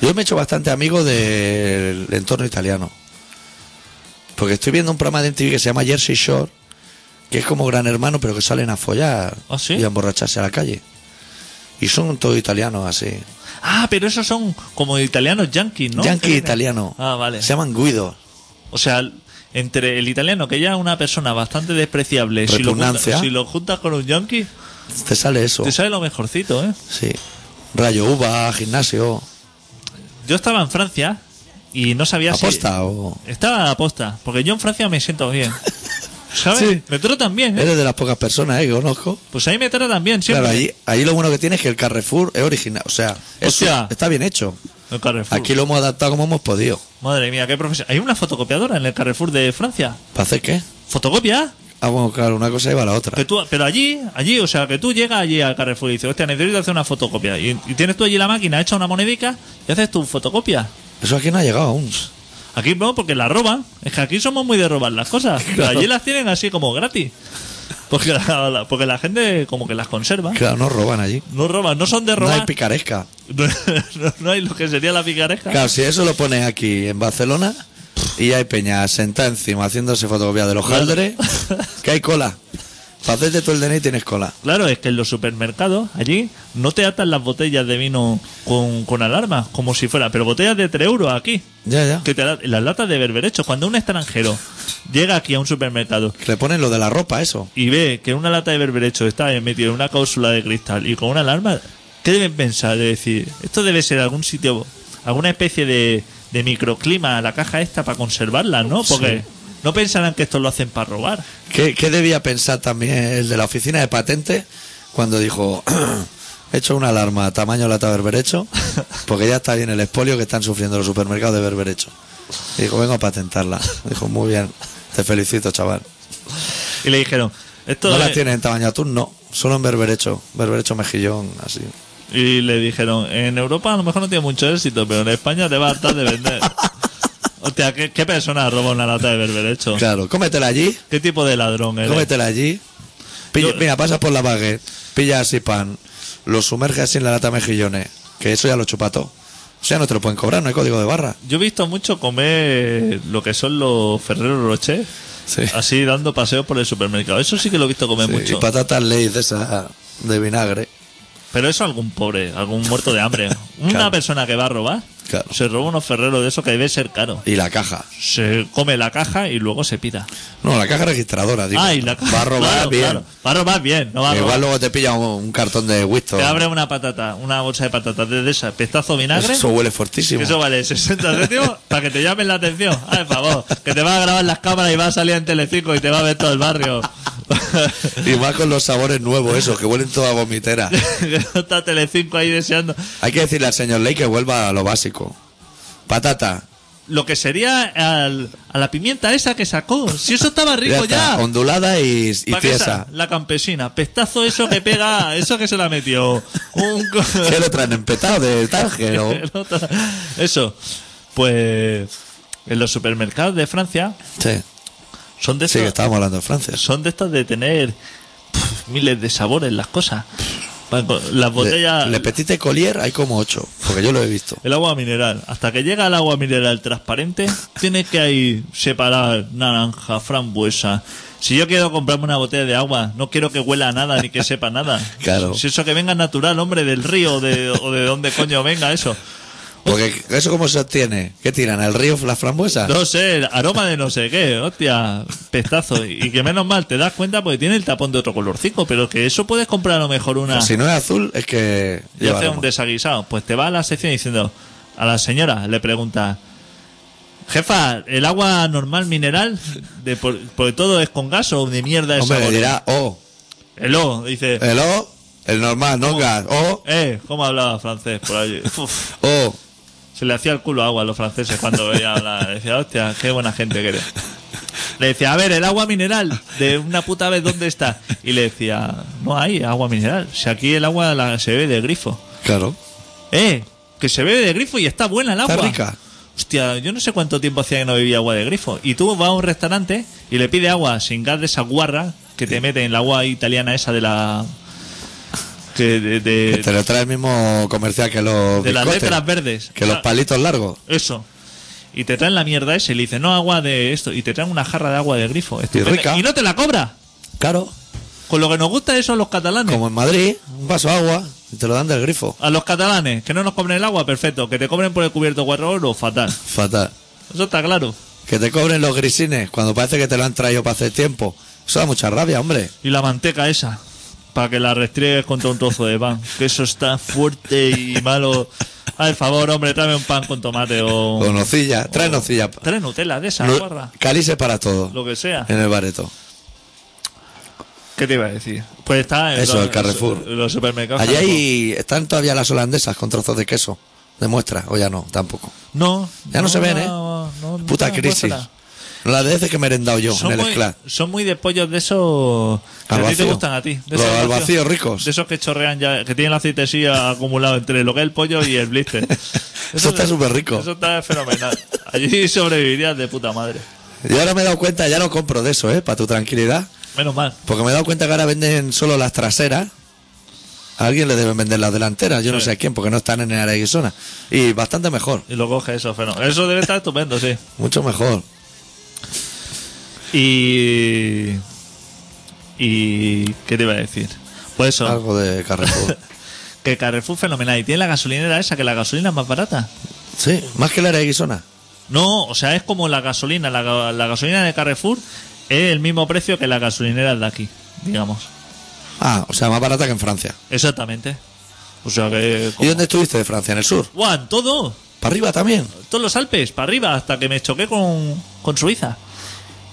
Speaker 1: Yo me he hecho bastante amigo del entorno italiano. Porque estoy viendo un programa de MTV que se llama Jersey Shore, que es como gran hermano, pero que salen a follar
Speaker 3: ¿Ah, sí?
Speaker 1: y a emborracharse a la calle. Y son todos italianos así.
Speaker 3: Ah, pero esos son como italianos yankees, ¿no?
Speaker 1: Yankee
Speaker 3: Que-
Speaker 1: italiano.
Speaker 3: Ah, vale.
Speaker 1: Se llaman Guido.
Speaker 3: O sea, entre el italiano, que ya es una persona bastante despreciable, si lo, juntas,
Speaker 1: Repugnancia.
Speaker 3: si lo juntas con un yankee,
Speaker 1: Te sale eso.
Speaker 3: te sale lo mejorcito, ¿eh?
Speaker 1: Sí. Rayo Uva, gimnasio.
Speaker 3: Yo estaba en Francia y no sabía si...
Speaker 1: ¿Aposta o.?
Speaker 3: Estaba aposta, porque yo en Francia me siento bien. ¿Sabes?
Speaker 1: Sí.
Speaker 3: Me tratan bien, ¿eh?
Speaker 1: Eres de las pocas personas eh, que conozco.
Speaker 3: Pues ahí me tratan bien siempre.
Speaker 1: Claro, allí, allí lo bueno que tiene es que el Carrefour es original. O sea, es-
Speaker 3: Hostia.
Speaker 1: está bien hecho.
Speaker 3: El Carrefour.
Speaker 1: Aquí lo hemos adaptado como hemos podido.
Speaker 3: Madre mía, qué profesión. Hay una fotocopiadora en el Carrefour de Francia.
Speaker 1: ¿Para hacer qué?
Speaker 3: ¿Fotocopia?
Speaker 1: Ah, bueno, claro, una cosa lleva a la otra.
Speaker 3: Que tú, pero allí, allí, o sea, que tú llegas allí al Carrefour y dices, hostia, necesito hacer una fotocopia. Y, y tienes tú allí la máquina, hecha una monedica y haces tu fotocopia.
Speaker 1: Eso aquí no ha llegado aún.
Speaker 3: Aquí no, porque la roban. Es que aquí somos muy de robar las cosas. Pero
Speaker 1: Claro.
Speaker 3: allí las tienen así como gratis. Porque la, la- porque la gente como que las conserva.
Speaker 1: Claro, no roban allí.
Speaker 3: No roban, no son de
Speaker 1: No hay
Speaker 3: robar.
Speaker 1: picaresca.
Speaker 3: No no- no hay lo que sería la picaresca.
Speaker 1: Claro, si eso lo pones aquí en Barcelona y hay peña sentada encima haciéndose fotocopia de los
Speaker 3: Claro.
Speaker 1: hojaldres, que hay cola. Para hacerte tú el DNI tienes cola.
Speaker 3: Claro, es que en los supermercados allí no te atan las botellas de vino con, con alarma, como si fuera, pero botellas de 3 euros aquí.
Speaker 1: Ya, ya.
Speaker 3: Que te la- las latas de berberecho. Cuando un extranjero llega aquí a un supermercado
Speaker 1: Que le ponen lo de la ropa, eso.
Speaker 3: y ve que una lata de berberecho está metida en una cápsula de cristal y con una alarma, ¿qué deben pensar? De decir, esto debe ser algún sitio, alguna especie de, de microclima a la caja esta para conservarla, ¿no? Porque no pensarán que esto lo hacen para robar.
Speaker 1: ¿Qué, qué debía pensar también el de la oficina de patentes cuando dijo, he hecho una alarma tamaño lata berberecho, porque ya está bien el expolio que están sufriendo los supermercados de berberecho? Y dijo, vengo a patentarla. Dijo, muy bien, te felicito, chaval.
Speaker 3: Y le dijeron, esto
Speaker 1: no la
Speaker 3: es-
Speaker 1: tienen en tamaño atún, no, solo en berberecho, berberecho mejillón, así.
Speaker 3: Y le dijeron, en Europa a lo mejor no tiene mucho éxito, pero en España te va a hartar de vender. Hostia, ¿qué, qué persona roba una lata de berberecho?
Speaker 1: Claro, cómetela allí,
Speaker 3: ¿Qué tipo de ladrón eres?
Speaker 1: cómetela allí. Pilla-
Speaker 3: Yo-
Speaker 1: mira, pasa por la baguette, pilla así pan, lo sumerge así en la lata de mejillones, que eso ya lo chupató. O sea, no te lo pueden cobrar, no hay código de barra.
Speaker 3: Yo he visto mucho comer lo que son los Ferrero Rocher,
Speaker 1: Sí.
Speaker 3: así dando paseos por el supermercado. Eso sí que lo he visto comer
Speaker 1: Sí,
Speaker 3: mucho.
Speaker 1: Y patatas ley de esa de vinagre.
Speaker 3: Pero eso algún pobre, algún muerto de hambre. Una
Speaker 1: Claro.
Speaker 3: persona que va a robar,
Speaker 1: Claro.
Speaker 3: se roba unos ferreros de eso que debe ser caro.
Speaker 1: Y la caja.
Speaker 3: Se come la caja y luego se pida.
Speaker 1: No, la caja registradora, digo.
Speaker 3: Ah, y la caja.
Speaker 1: Va a robar
Speaker 3: claro,
Speaker 1: bien.
Speaker 3: claro. Va a robar bien, no va a robar.
Speaker 1: Igual luego te pilla un, un cartón de Winston.
Speaker 3: Te abre una patata, una bolsa de patatas de esa, pestazo vinagre.
Speaker 1: Eso huele
Speaker 3: que
Speaker 1: fortísimo.
Speaker 3: Eso vale 60 céntimos para que te llamen la atención. Ay, por favor, que te va a grabar las cámaras y va a salir en Telecinco y te va a ver todo el barrio.
Speaker 1: Y más con los sabores nuevos, esos, que huelen toda vomitera.
Speaker 3: Que no está Telecinco ahí deseando.
Speaker 1: Hay que decirle al señor Ley que vuelva a lo básico. Patata.
Speaker 3: Lo que sería al- a la pimienta esa que sacó. Si eso estaba rico
Speaker 1: está,
Speaker 3: ya.
Speaker 1: Ondulada y, y
Speaker 3: Pa' que esa-
Speaker 1: tiesa.
Speaker 3: La campesina. Pestazo eso que pega. Eso que se la metió. Un co-
Speaker 1: ¿Qué lo traen empetado de tarjero?
Speaker 3: El otro- Eso. Pues. En los supermercados de Francia
Speaker 1: Sí,
Speaker 3: son de
Speaker 1: sí, que
Speaker 3: esos-
Speaker 1: estábamos hablando de Francia.
Speaker 3: son de estas de tener pf, miles de sabores las cosas. Pa- con- Las botellas,
Speaker 1: Le, le Petite Collier hay como ocho, porque yo lo he visto.
Speaker 3: el agua mineral. Hasta que llega el agua mineral transparente, tienes que ahí separar naranja, frambuesa. Si yo quiero comprarme una botella de agua, no quiero que huela a nada ni que sepa nada.
Speaker 1: Claro.
Speaker 3: Si eso que venga natural, hombre, del río de, o de donde coño venga eso.
Speaker 1: Porque eso cómo se obtiene. ¿Qué tiran? ¿Al río las frambuesas?
Speaker 3: No sé, el aroma de no sé qué, hostia, pestazo. Y que menos mal, te das cuenta porque tiene el tapón de otro colorcico, pero que eso puedes comprar a lo mejor una...
Speaker 1: Si no es azul, es que
Speaker 3: y
Speaker 1: lleva
Speaker 3: hace un
Speaker 1: aroma.
Speaker 3: desaguisado. Pues te va a la sección diciendo a la señora, le pregunta, jefa, ¿el agua normal mineral? De por, porque todo es con gas o de mierda es
Speaker 1: Hombre, le
Speaker 3: sabor?
Speaker 1: dirá O.
Speaker 3: El O, dice, eh.
Speaker 1: El O, el normal, no gas. O,
Speaker 3: ¿cómo hablaba francés por allí? Uf,
Speaker 1: O.
Speaker 3: se le hacía el culo agua a los franceses cuando veía hablar. Decía, hostia, qué buena gente que eres. Le decía, a ver, el agua mineral, de una puta vez, ¿dónde está? Y le decía, no hay agua mineral. Si aquí el agua la, se bebe de grifo.
Speaker 1: Claro.
Speaker 3: Eh, que se bebe de grifo y está buena el agua.
Speaker 1: Está rica.
Speaker 3: Hostia, yo no sé cuánto tiempo hacía que no bebía agua de grifo. Y tú vas a un restaurante y le pides agua sin gas de esa guarra que te mete en el agua italiana esa de la... Que de, de-
Speaker 1: Te lo este trae el mismo comercial que los
Speaker 3: Eh, de las
Speaker 1: bizcotes,
Speaker 3: letras verdes.
Speaker 1: Que los
Speaker 3: Ah,
Speaker 1: palitos largos.
Speaker 3: Eso. Y te traen la mierda esa y le dicen, no, agua de esto. Y te traen una jarra de agua de grifo. Estupenda.
Speaker 1: rica.
Speaker 3: Y no te la cobra.
Speaker 1: Claro.
Speaker 3: Con lo que nos gusta eso a los catalanes.
Speaker 1: Como en Madrid, un vaso de agua y te lo dan del grifo.
Speaker 3: A los catalanes, que no nos cobren el agua, perfecto. Que te cobren por el cubierto cuatro euros, fatal.
Speaker 1: Fatal.
Speaker 3: Eso está claro.
Speaker 1: Que te cobren los grisines cuando parece que te lo han traído para hacer tiempo. Eso da mucha rabia, hombre.
Speaker 3: Y la manteca esa, para que la restriegues contra un trozo de pan. Que eso está fuerte y malo. Al favor, hombre, tráeme un pan con tomate o...
Speaker 1: O nocilla. Trae nocilla.
Speaker 3: Oh. Trae Nutella de esa,
Speaker 1: Nu-
Speaker 3: guarra.
Speaker 1: Calice para todo.
Speaker 3: Lo que sea.
Speaker 1: En el bareto.
Speaker 3: ¿Qué te iba a decir? Pues está en
Speaker 1: Eso,
Speaker 3: los,
Speaker 1: el Carrefour.
Speaker 3: en los supermercados.
Speaker 1: Allí hay- están todavía las holandesas con trozos de queso. De muestra. O ya no, tampoco.
Speaker 3: No.
Speaker 1: Ya no se ven, ¿eh?
Speaker 3: no, no, no
Speaker 1: Puta
Speaker 3: te las
Speaker 1: crisis.
Speaker 3: muestran.
Speaker 1: No la de ese que me he merendado yo
Speaker 3: Son
Speaker 1: en el
Speaker 3: muy,
Speaker 1: Sclash.
Speaker 3: son muy de pollos de esos que
Speaker 1: Al
Speaker 3: a ti te
Speaker 1: vacío.
Speaker 3: gustan a ti. De
Speaker 1: Los
Speaker 3: esos
Speaker 1: al vacío ricos.
Speaker 3: De esos que chorrean ya, que tienen el aceite así acumulado entre lo que es el pollo y el blister.
Speaker 1: Eso está súper rico.
Speaker 3: Eso está fenomenal. Allí sobrevivirías de puta madre.
Speaker 1: Y ahora me he dado cuenta, ya no compro de eso, ¿eh? Para tu tranquilidad.
Speaker 3: Menos mal.
Speaker 1: Porque me he dado cuenta que ahora venden solo las traseras. A alguien le deben vender las delanteras, yo no
Speaker 3: Sí.
Speaker 1: sé a quién, porque no están en el área de zona. Y bastante mejor,
Speaker 3: Y lo coge eso, fenomenal. Eso debe estar estupendo, sí.
Speaker 1: mucho mejor.
Speaker 3: Y. ¿Y qué te iba a decir? Pues eso,
Speaker 1: Algo de Carrefour.
Speaker 3: que Carrefour fenomenal. Y tiene la gasolinera esa, que la gasolina es más barata.
Speaker 1: sí, más que el área de zona.
Speaker 3: No, o sea, es como la gasolina. La, ga- la gasolina de Carrefour es el mismo precio que la gasolinera de aquí, digamos.
Speaker 1: Ah, o sea, más barata que en Francia.
Speaker 3: Exactamente. O sea que.
Speaker 1: ¿Y dónde estuviste de Francia? ¿En el sur?
Speaker 3: Juan, todo.
Speaker 1: ¿Para arriba también?
Speaker 3: Todos los Alpes, para arriba, hasta que me choqué con, con Suiza.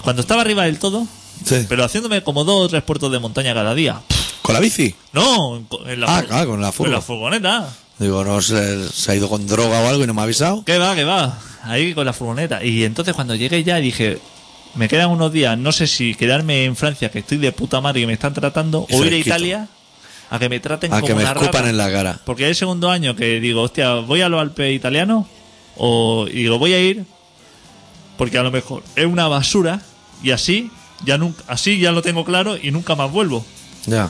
Speaker 3: Cuando estaba arriba del todo,
Speaker 1: Sí.
Speaker 3: pero haciéndome como dos o tres puertos de montaña cada día.
Speaker 1: ¿Con la bici?
Speaker 3: No, en, co- en la,
Speaker 1: Ah,
Speaker 3: fur-
Speaker 1: claro, con la furgo.
Speaker 3: en la furgoneta.
Speaker 1: Digo, no sé, se ha ido con droga o algo y no me ha avisado.
Speaker 3: Que va, que va. Ahí con la furgoneta. Y entonces cuando llegué ya dije, me quedan unos días, no sé si quedarme en Francia, que estoy de puta madre y me están tratando,
Speaker 1: Y
Speaker 3: o ir a
Speaker 1: fresquito.
Speaker 3: Italia a que me traten
Speaker 1: A
Speaker 3: como
Speaker 1: que me
Speaker 3: una
Speaker 1: escupan
Speaker 3: rara.
Speaker 1: en la cara.
Speaker 3: Porque es el segundo año que digo, hostia, voy a los Alpes italianos o y digo, voy a ir porque a lo mejor es una basura y así ya nunca así ya lo tengo claro y nunca más vuelvo.
Speaker 1: Ya.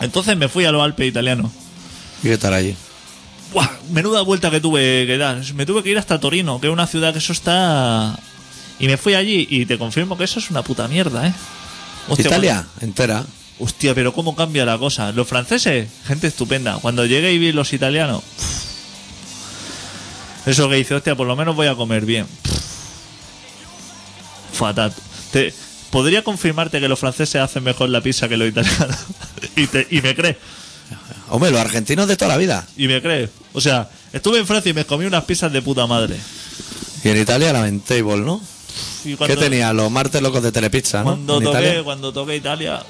Speaker 3: Entonces me fui a los Alpes italianos.
Speaker 1: ¿Y qué tal allí?
Speaker 3: Buah, menuda vuelta que tuve que dar. Me tuve que ir hasta Torino, que es una ciudad que eso está. Y me fui allí y te confirmo que eso es una puta mierda, ¿eh? Hostia,
Speaker 1: Italia entera.
Speaker 3: bueno, Hostia, pero cómo cambia la cosa. Los franceses, gente estupenda. Cuando llegué y vi los italianos. Eso que dice, hostia, por lo menos voy a comer bien. Fatal. Te- podría confirmarte que los franceses hacen mejor la pizza que los italianos. y, te- y me crees.
Speaker 1: Hombre, los argentinos de toda la vida.
Speaker 3: Y me crees. O sea, estuve en Francia y me comí unas pizzas de puta madre.
Speaker 1: Y en Italia lamentable, ¿no?
Speaker 3: Y
Speaker 1: ¿Qué
Speaker 3: cuando-
Speaker 1: tenía? Los martes locos de Telepizza, ¿no?
Speaker 3: Cuando
Speaker 1: En
Speaker 3: toqué,
Speaker 1: Italia.
Speaker 3: cuando toqué Italia.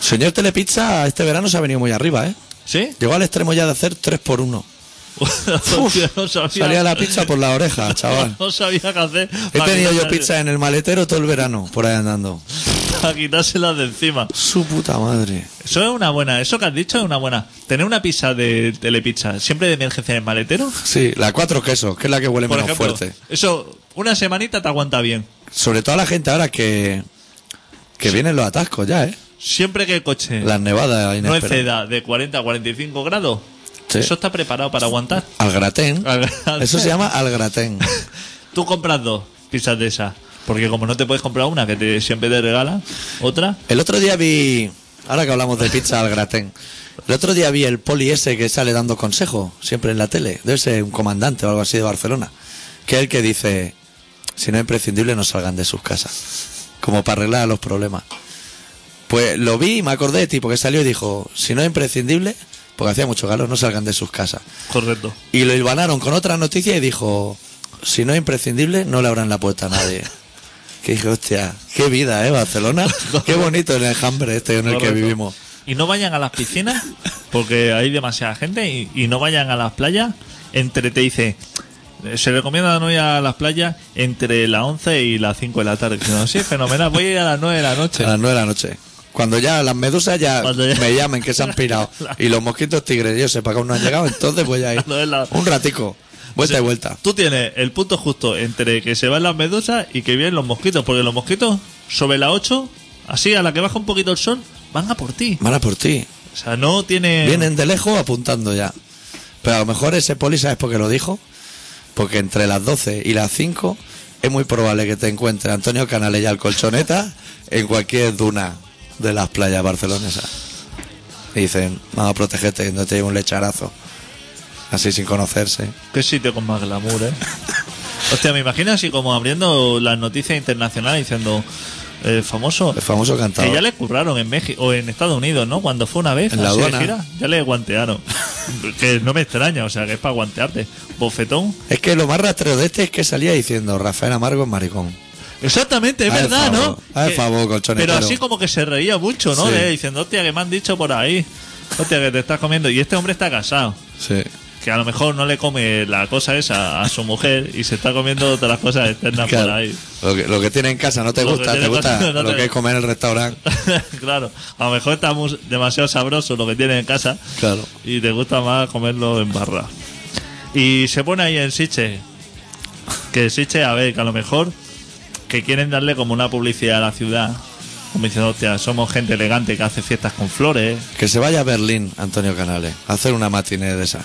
Speaker 1: Señor Telepizza, este verano se ha venido muy arriba, ¿eh?
Speaker 3: ¿Sí?
Speaker 1: Llegó al extremo ya de hacer 3 por 1
Speaker 3: Hostia, no sabía.
Speaker 1: Salía la pizza por la oreja, chaval.
Speaker 3: No sabía qué hacer.
Speaker 1: He
Speaker 3: para
Speaker 1: tenido yo
Speaker 3: quitarse-
Speaker 1: pizza en el maletero todo el verano, por ahí andando.
Speaker 3: Para quitárselas de encima.
Speaker 1: Su puta madre.
Speaker 3: Eso es una buena. Eso que has dicho es una buena. Tener una pizza de telepizza siempre de emergencia en el maletero.
Speaker 1: Sí, la cuatro quesos, que es la que huele
Speaker 3: Por
Speaker 1: menos
Speaker 3: ejemplo.
Speaker 1: fuerte.
Speaker 3: Eso, una semanita te aguanta bien.
Speaker 1: Sobre todo a la gente ahora que. que vienen los atascos ya, ¿eh?
Speaker 3: Siempre que el coche
Speaker 1: Las nevadas
Speaker 3: no
Speaker 1: inesperadas.
Speaker 3: exceda de 40 a 45 grados,
Speaker 1: Sí.
Speaker 3: eso está preparado para aguantar.
Speaker 1: Al gratén.
Speaker 3: Al gratén.
Speaker 1: Eso se llama al gratén.
Speaker 3: Tú compras dos pizzas de esas. Porque como no te puedes comprar una que te, siempre te regalan, otra.
Speaker 1: El otro día vi. Ahora que hablamos de pizza al gratén. El otro día vi el poli ese que sale dando consejo, siempre en la tele. Debe ser un comandante o algo así de Barcelona. Que es el que dice: si no es imprescindible, no salgan de sus casas. Como para arreglar los problemas. Pues lo vi y me acordé de ti, porque salió y dijo: si no es imprescindible, porque hacía mucho calor, no salgan de sus casas.
Speaker 3: Correcto.
Speaker 1: Y lo hilvanaron con otra noticia y dijo, si no es imprescindible, no le abran la puerta a nadie. que dije, hostia, qué vida, ¿eh? Barcelona. qué bonito el enjambre este en el que
Speaker 3: Correcto.
Speaker 1: vivimos.
Speaker 3: Y no vayan a las piscinas, porque hay demasiada gente, y, y no vayan a las playas. Entre, te dice, eh, se recomienda no ir a las playas entre las 11 y las 5 de la tarde. No, sí, fenomenal, voy a ir a las 9 de la noche.
Speaker 1: A las nueve de la noche. Cuando ya las medusas ya,
Speaker 3: Cuando ya-
Speaker 1: me llamen que se han pirado. y los mosquitos tigres, yo sepa que aún no han llegado, entonces voy a ir.
Speaker 3: No es la-
Speaker 1: Un ratico. Vuelta
Speaker 3: O sea,
Speaker 1: y vuelta.
Speaker 3: Tú tienes el punto justo entre que se van las medusas y que vienen los mosquitos, porque los mosquitos sobre las 8, así a la que baja un poquito el sol, van a por ti.
Speaker 1: Mala por ti.
Speaker 3: O sea, no tiene...
Speaker 1: Vienen de lejos apuntando ya. Pero a lo mejor ese poli, ¿sabes por qué lo dijo? Porque entre las 12 y las 5 es muy probable que te encuentre Antonio Canales y al colchoneta en cualquier duna de las playas barcelonesas. Y dicen, vamos a protegerte, no te lleve un lecharazo. Así sin conocerse.
Speaker 3: Qué sitio con más glamour, ¿eh? Hostia, me imagino así como abriendo las noticias internacionales diciendo... eh, famoso...
Speaker 1: El famoso
Speaker 3: Que ya
Speaker 1: cantador.
Speaker 3: le curraron en México o en Estados Unidos, ¿no? Cuando fue una vez
Speaker 1: En la
Speaker 3: así de
Speaker 1: aduana.
Speaker 3: gira, ya le guantearon. que no me extraña, o sea, que es para guantearte. Bofetón.
Speaker 1: Es que lo más rastreo de este es que salía diciendo, Rafael Amargo es maricón.
Speaker 3: Exactamente, es
Speaker 1: Haz el
Speaker 3: verdad,
Speaker 1: favor,
Speaker 3: ¿no?
Speaker 1: haz el
Speaker 3: Que-
Speaker 1: favor, colchonetero.
Speaker 3: Pero así como que se reía mucho, ¿no?
Speaker 1: Sí.
Speaker 3: De él, diciendo, hostia, que me han dicho por ahí. Hostia, que te estás comiendo. Y este hombre está casado.
Speaker 1: Sí.
Speaker 3: Que a lo mejor no le come la cosa esa a su mujer y se está comiendo otras cosas externas por
Speaker 1: Claro.
Speaker 3: ahí.
Speaker 1: Lo que, lo que tiene en casa no te
Speaker 3: Lo que
Speaker 1: gusta,
Speaker 3: tiene
Speaker 1: te
Speaker 3: en
Speaker 1: gusta
Speaker 3: casa no
Speaker 1: lo
Speaker 3: te-
Speaker 1: que es comer en el restaurante.
Speaker 3: claro, a lo mejor está mus- demasiado sabroso lo que tiene en casa.
Speaker 1: Claro.
Speaker 3: Y te gusta más comerlo en barra. Y se pone ahí en Siche. Que Siche, a ver, que a lo mejor que quieren darle como una publicidad a la ciudad. Como diciendo, hostia, somos gente elegante que hace fiestas con flores.
Speaker 1: Que se vaya a Berlín, Antonio Canales, a hacer una matiné de esa.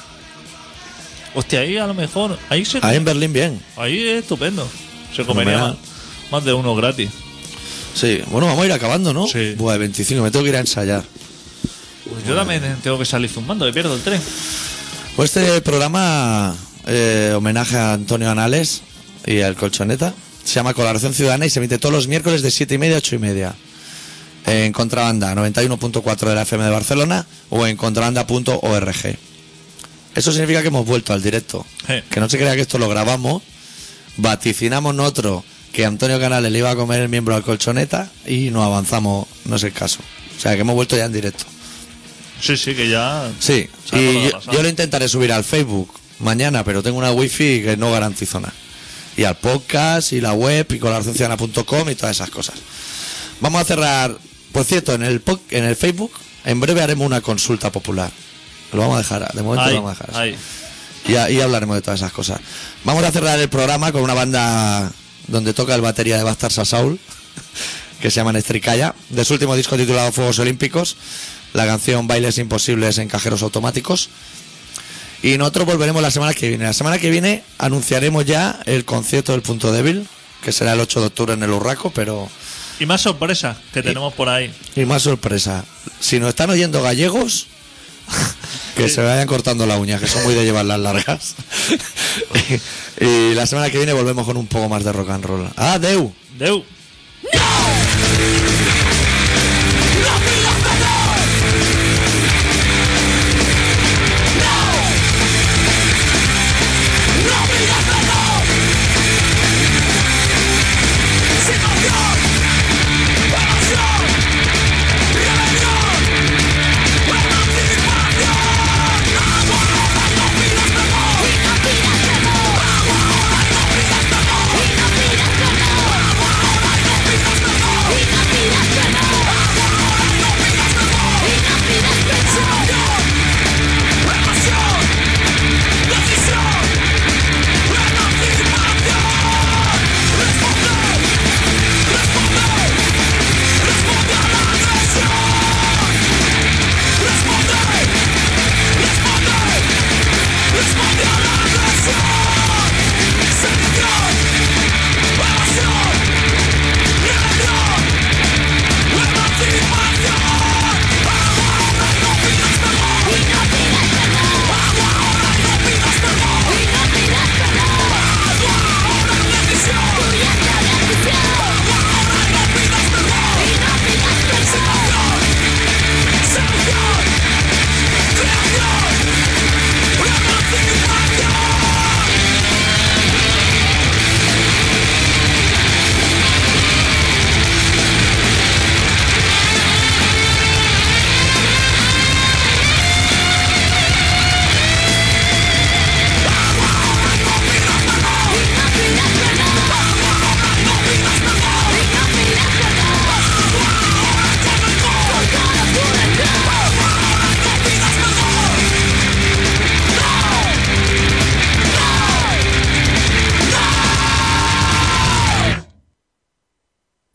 Speaker 3: Hostia, ahí a lo mejor. Ahí se
Speaker 1: Ahí en Berlín bien.
Speaker 3: ahí es estupendo. Se comería más,
Speaker 1: Fenomenal.
Speaker 3: más de uno gratis.
Speaker 1: Sí. Bueno, vamos a ir acabando, ¿no?
Speaker 3: Sí.
Speaker 1: Buah, 25, me tengo que ir a ensayar.
Speaker 3: Pues yo también tengo que salir zumbando, que pierdo el tren.
Speaker 1: Pues este programa, eh, homenaje a Antonio Canales y al Colchoneta, se llama Colaboración Ciudadana y se emite todos los miércoles de 7 y media a 8 y media. En contrabanda 91.4 de la FM de Barcelona o en contrabanda.org. Eso significa que hemos vuelto al directo.
Speaker 3: Eh.
Speaker 1: Que no se crea que esto lo grabamos. Vaticinamos nosotros que Antonio Canales le iba a comer el miembro al colchoneta y nos avanzamos, no es el caso. O sea que hemos vuelto ya en directo.
Speaker 3: Sí, sí, que ya.
Speaker 1: Sí,
Speaker 3: Sabemos lo
Speaker 1: y
Speaker 3: que ha
Speaker 1: yo,
Speaker 3: pasado.
Speaker 1: yo lo intentaré subir al Facebook mañana, pero tengo una wifi que no garantizo nada. Y al podcast, y la web, y colaboracionciudadana.com y todas esas cosas. Vamos a cerrar, por cierto, en el, pod- en el Facebook, en breve haremos una consulta popular. Lo vamos a dejar, de momento
Speaker 3: Ahí,
Speaker 1: lo vamos a dejar. así.
Speaker 3: ahí.
Speaker 1: Y, a- y hablaremos de todas esas cosas. Vamos a cerrar el programa con una banda donde toca el batería de Bastard Saul, que se llaman Estricaya, de su último disco titulado Fuegos Olímpicos, la canción Bailes Imposibles en Cajeros Automáticos. Y nosotros volveremos la semana que viene. La semana que viene anunciaremos ya el concierto del Punto Débil, que será el 8 de octubre en el Urraco, pero
Speaker 3: Y más sorpresas que tenemos por ahí.
Speaker 1: Y más sorpresa. Si nos están oyendo gallegos, que se vayan cortando las uñas, que son muy de llevarlas largas. y, y Ah, la semana que viene volvemos con un poco más de rock and roll. ¡Adeu!
Speaker 3: Deu.
Speaker 5: Rock